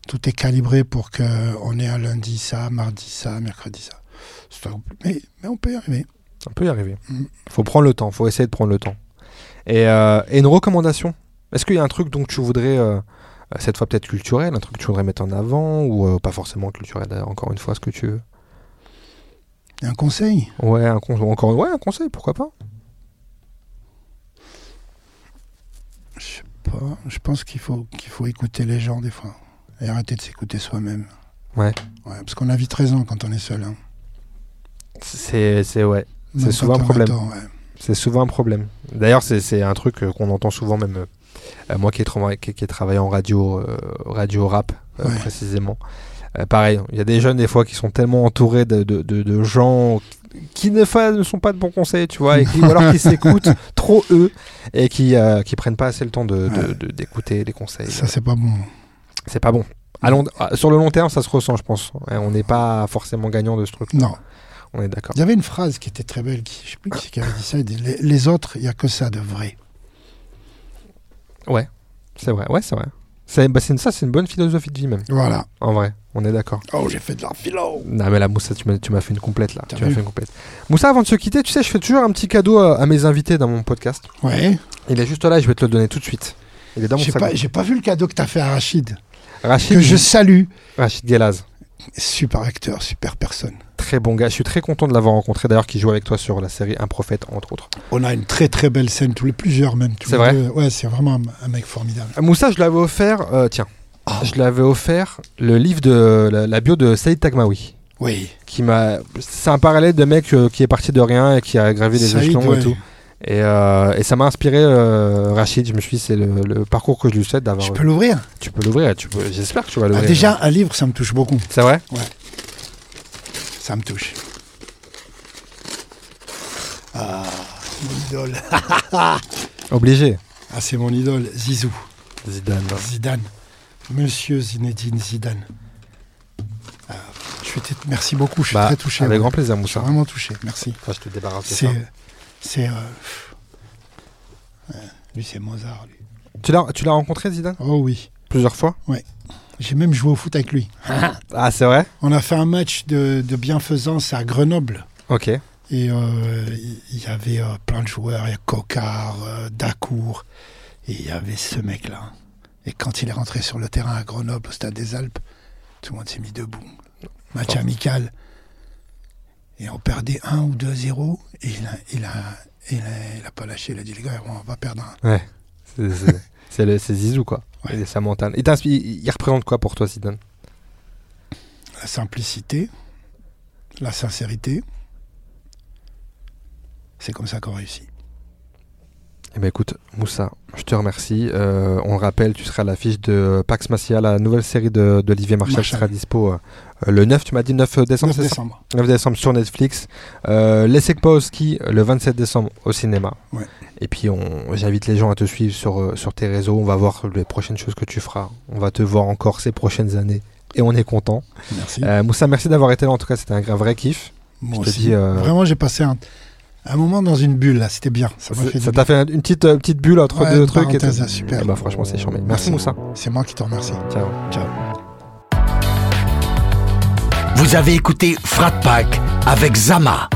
Speaker 3: tout est calibré pour qu'on ait un lundi ça, mardi ça, mercredi ça. C'est un- Mais, mais on peut y arriver.
Speaker 2: On peut y arriver.
Speaker 3: Mm.
Speaker 2: Faut prendre le temps, faut essayer de prendre le temps. Et, euh, et une recommandation Est-ce qu'il y a un truc dont tu voudrais, euh, cette fois peut-être culturel, un truc que tu voudrais mettre en avant ou euh, pas forcément culturel, d'ailleurs, encore une fois, ce que tu veux
Speaker 3: Un conseil
Speaker 2: Ouais, un, con- encore, ouais, un conseil, pourquoi pas
Speaker 3: Je sais pas. Je pense qu'il faut, qu'il faut écouter les gens des fois. Et arrêter de s'écouter soi-même.
Speaker 2: Ouais.
Speaker 3: Ouais, parce qu'on a vite raison quand on est seul. hein.
Speaker 2: C'est c'est- ouais. C'est
Speaker 3: Même
Speaker 2: souvent un
Speaker 3: quand on a
Speaker 2: problème.
Speaker 3: tort, ouais.
Speaker 2: C'est souvent un problème. D'ailleurs, c'est- c'est un truc euh, qu'on entend souvent, même euh, euh, moi qui ai, tra- qui- qui ai travaillé en radio, euh, radio rap euh,
Speaker 3: Ouais.
Speaker 2: précisément. Euh, pareil, il y a des jeunes des fois qui sont tellement entourés de, de- de- de gens qui ne, fa- ne sont pas de bons conseils, tu vois, et qui, ou alors qui s'écoutent trop eux et qui euh, qui prennent pas assez le temps de, de-
Speaker 3: Ouais.
Speaker 2: de- d'écouter les conseils.
Speaker 3: Ça, c'est pas bon.
Speaker 2: C'est pas bon. À long- à- sur le long terme, ça se ressent, je pense. Ouais, on n'est pas forcément gagnant de ce truc.
Speaker 3: Non.
Speaker 2: On est d'accord.
Speaker 3: Il y avait une phrase qui était très belle, qui, je sais plus qui c'est qui avait dit ça. il dit, Les, les autres, il n'y a que ça de vrai.
Speaker 2: C'est vrai. Ouais, c'est vrai. C'est, bah, c'est une- ça, c'est une bonne philosophie de vie même.
Speaker 3: Voilà.
Speaker 2: En vrai, on est d'accord.
Speaker 3: Oh, j'ai fait de la philo.
Speaker 2: Non Ah, mais là Moussa tu m'as, tu m'as fait une complète là.
Speaker 3: T'as
Speaker 2: Tu m'as
Speaker 3: vu
Speaker 2: fait une complète. Moussa avant de se quitter, tu sais je fais toujours un petit cadeau à, à mes invités dans mon podcast.
Speaker 3: Ouais.
Speaker 2: Il est juste là, je vais te le donner tout de suite. Il est dans mon
Speaker 3: J'ai
Speaker 2: sac.
Speaker 3: pas, j'ai pas vu le cadeau que t'as fait à Rachid.
Speaker 2: Rachid,
Speaker 3: Que je salue.
Speaker 2: Rachid Gelaz.
Speaker 3: Super acteur, super personne.
Speaker 2: Très bon gars, je suis très content de l'avoir rencontré d'ailleurs qui joue avec toi sur la série Un prophète entre autres.
Speaker 3: On a une très très belle scène, tous les plusieurs même. tous
Speaker 2: C'est
Speaker 3: les
Speaker 2: vrai
Speaker 3: deux. Ouais, c'est vraiment un, un mec formidable.
Speaker 2: Euh, Moussa, je l'avais offert euh, tiens,
Speaker 3: Ah.
Speaker 2: je l'avais offert le livre de la, la bio de Saïd Tagmaoui.
Speaker 3: Oui.
Speaker 2: Qui m'a... C'est un parallèle de mec euh, qui est parti de rien et qui a gravé les
Speaker 3: Saïd,
Speaker 2: échelons
Speaker 3: ouais.
Speaker 2: et tout. Et, euh, et ça m'a inspiré euh, Rachid. Je me suis dit, c'est le, le parcours que je lui souhaite d'avoir.
Speaker 3: Je peux l'ouvrir
Speaker 2: Tu peux l'ouvrir, tu peux... j'espère que tu vas
Speaker 3: Ah,
Speaker 2: l'ouvrir.
Speaker 3: Déjà, un livre, ça me touche beaucoup.
Speaker 2: C'est vrai
Speaker 3: Ça me touche. Ah, mon idole.
Speaker 2: Obligé. Bah,
Speaker 3: Ah, c'est mon idole, Zizou.
Speaker 2: Zidane.
Speaker 3: Zidane. Monsieur Zinedine Zidane. Ah, je suis t- Merci beaucoup, je suis
Speaker 2: Bah,
Speaker 3: très touché.
Speaker 2: Avec
Speaker 3: ouais.
Speaker 2: grand plaisir,
Speaker 3: Je suis
Speaker 2: Moussa.
Speaker 3: vraiment touché, merci.
Speaker 2: Enfin, je te débarrasse de
Speaker 3: C'est.
Speaker 2: ça.
Speaker 3: C'est. euh, pff. Ouais, lui, c'est Mozart, lui.
Speaker 2: Tu l'as, tu l'as rencontré, Zidane
Speaker 3: Oh oui.
Speaker 2: Plusieurs fois
Speaker 3: J'ai même joué au foot avec lui.
Speaker 2: Ah, c'est vrai
Speaker 3: On a fait un match de, de bienfaisance à Grenoble.
Speaker 2: Ok.
Speaker 3: Et euh, il y avait euh, plein de joueurs. Il y a Cocard, euh, Dacour. Et il y avait ce mec-là. Et quand il est rentré sur le terrain à Grenoble, au Stade des Alpes, tout le monde s'est mis debout. Match
Speaker 2: Fort.
Speaker 3: amical. Et on perdait 1 ou 2-0. Et il a, il, a, il, a- il a pas lâché. Il a dit, les gars, on va perdre un.
Speaker 2: C'est, c'est- c'est le- c'est Zizou, quoi.
Speaker 3: Ouais.
Speaker 2: Il est sa montagne. Il, t'inspire- il il représente quoi pour toi, Zidane
Speaker 3: La simplicité, la sincérité. C'est comme ça qu'on réussit.
Speaker 2: Eh ben écoute, Moussa, je te remercie. Euh, on le rappelle, tu seras à l'affiche de Pax Macia, la nouvelle série de- d'Olivier Marchal, qui
Speaker 3: Marchal.
Speaker 2: sera dispo euh, euh, le 9, tu m'as dit 9 décembre,
Speaker 3: 9
Speaker 2: c'est ça
Speaker 3: décembre.
Speaker 2: 9 décembre sur Netflix. Euh, L'essai pas au ski le 27 décembre au cinéma.
Speaker 3: Ouais.
Speaker 2: Et puis on, j'invite les gens à te suivre sur, euh, sur tes réseaux. On va voir les prochaines choses que tu feras. On va te voir encore ces prochaines années. Et on est content.
Speaker 3: Merci.
Speaker 2: Euh, Moussa, merci d'avoir été là. En tout cas, c'était un, un vrai kiff.
Speaker 3: Moi
Speaker 2: je te
Speaker 3: aussi.
Speaker 2: dis, euh,
Speaker 3: Vraiment, j'ai passé un, un moment dans une bulle, là. C'était bien. Ça m'a fait
Speaker 2: C'est-
Speaker 3: du
Speaker 2: Ça t'a fait une petite, euh, petite bulle entre
Speaker 3: Ouais,
Speaker 2: deux
Speaker 3: une
Speaker 2: trucs. Et
Speaker 3: parenthèse,
Speaker 2: tout.
Speaker 3: là, super.
Speaker 2: Eh ben, franchement, c'est charmé. Merci
Speaker 3: Merci.
Speaker 2: Moussa.
Speaker 3: bien. C'est moi qui te remercie.
Speaker 2: Ciao.
Speaker 3: Ciao.
Speaker 1: Vous avez écouté Frat Pack avec Zama.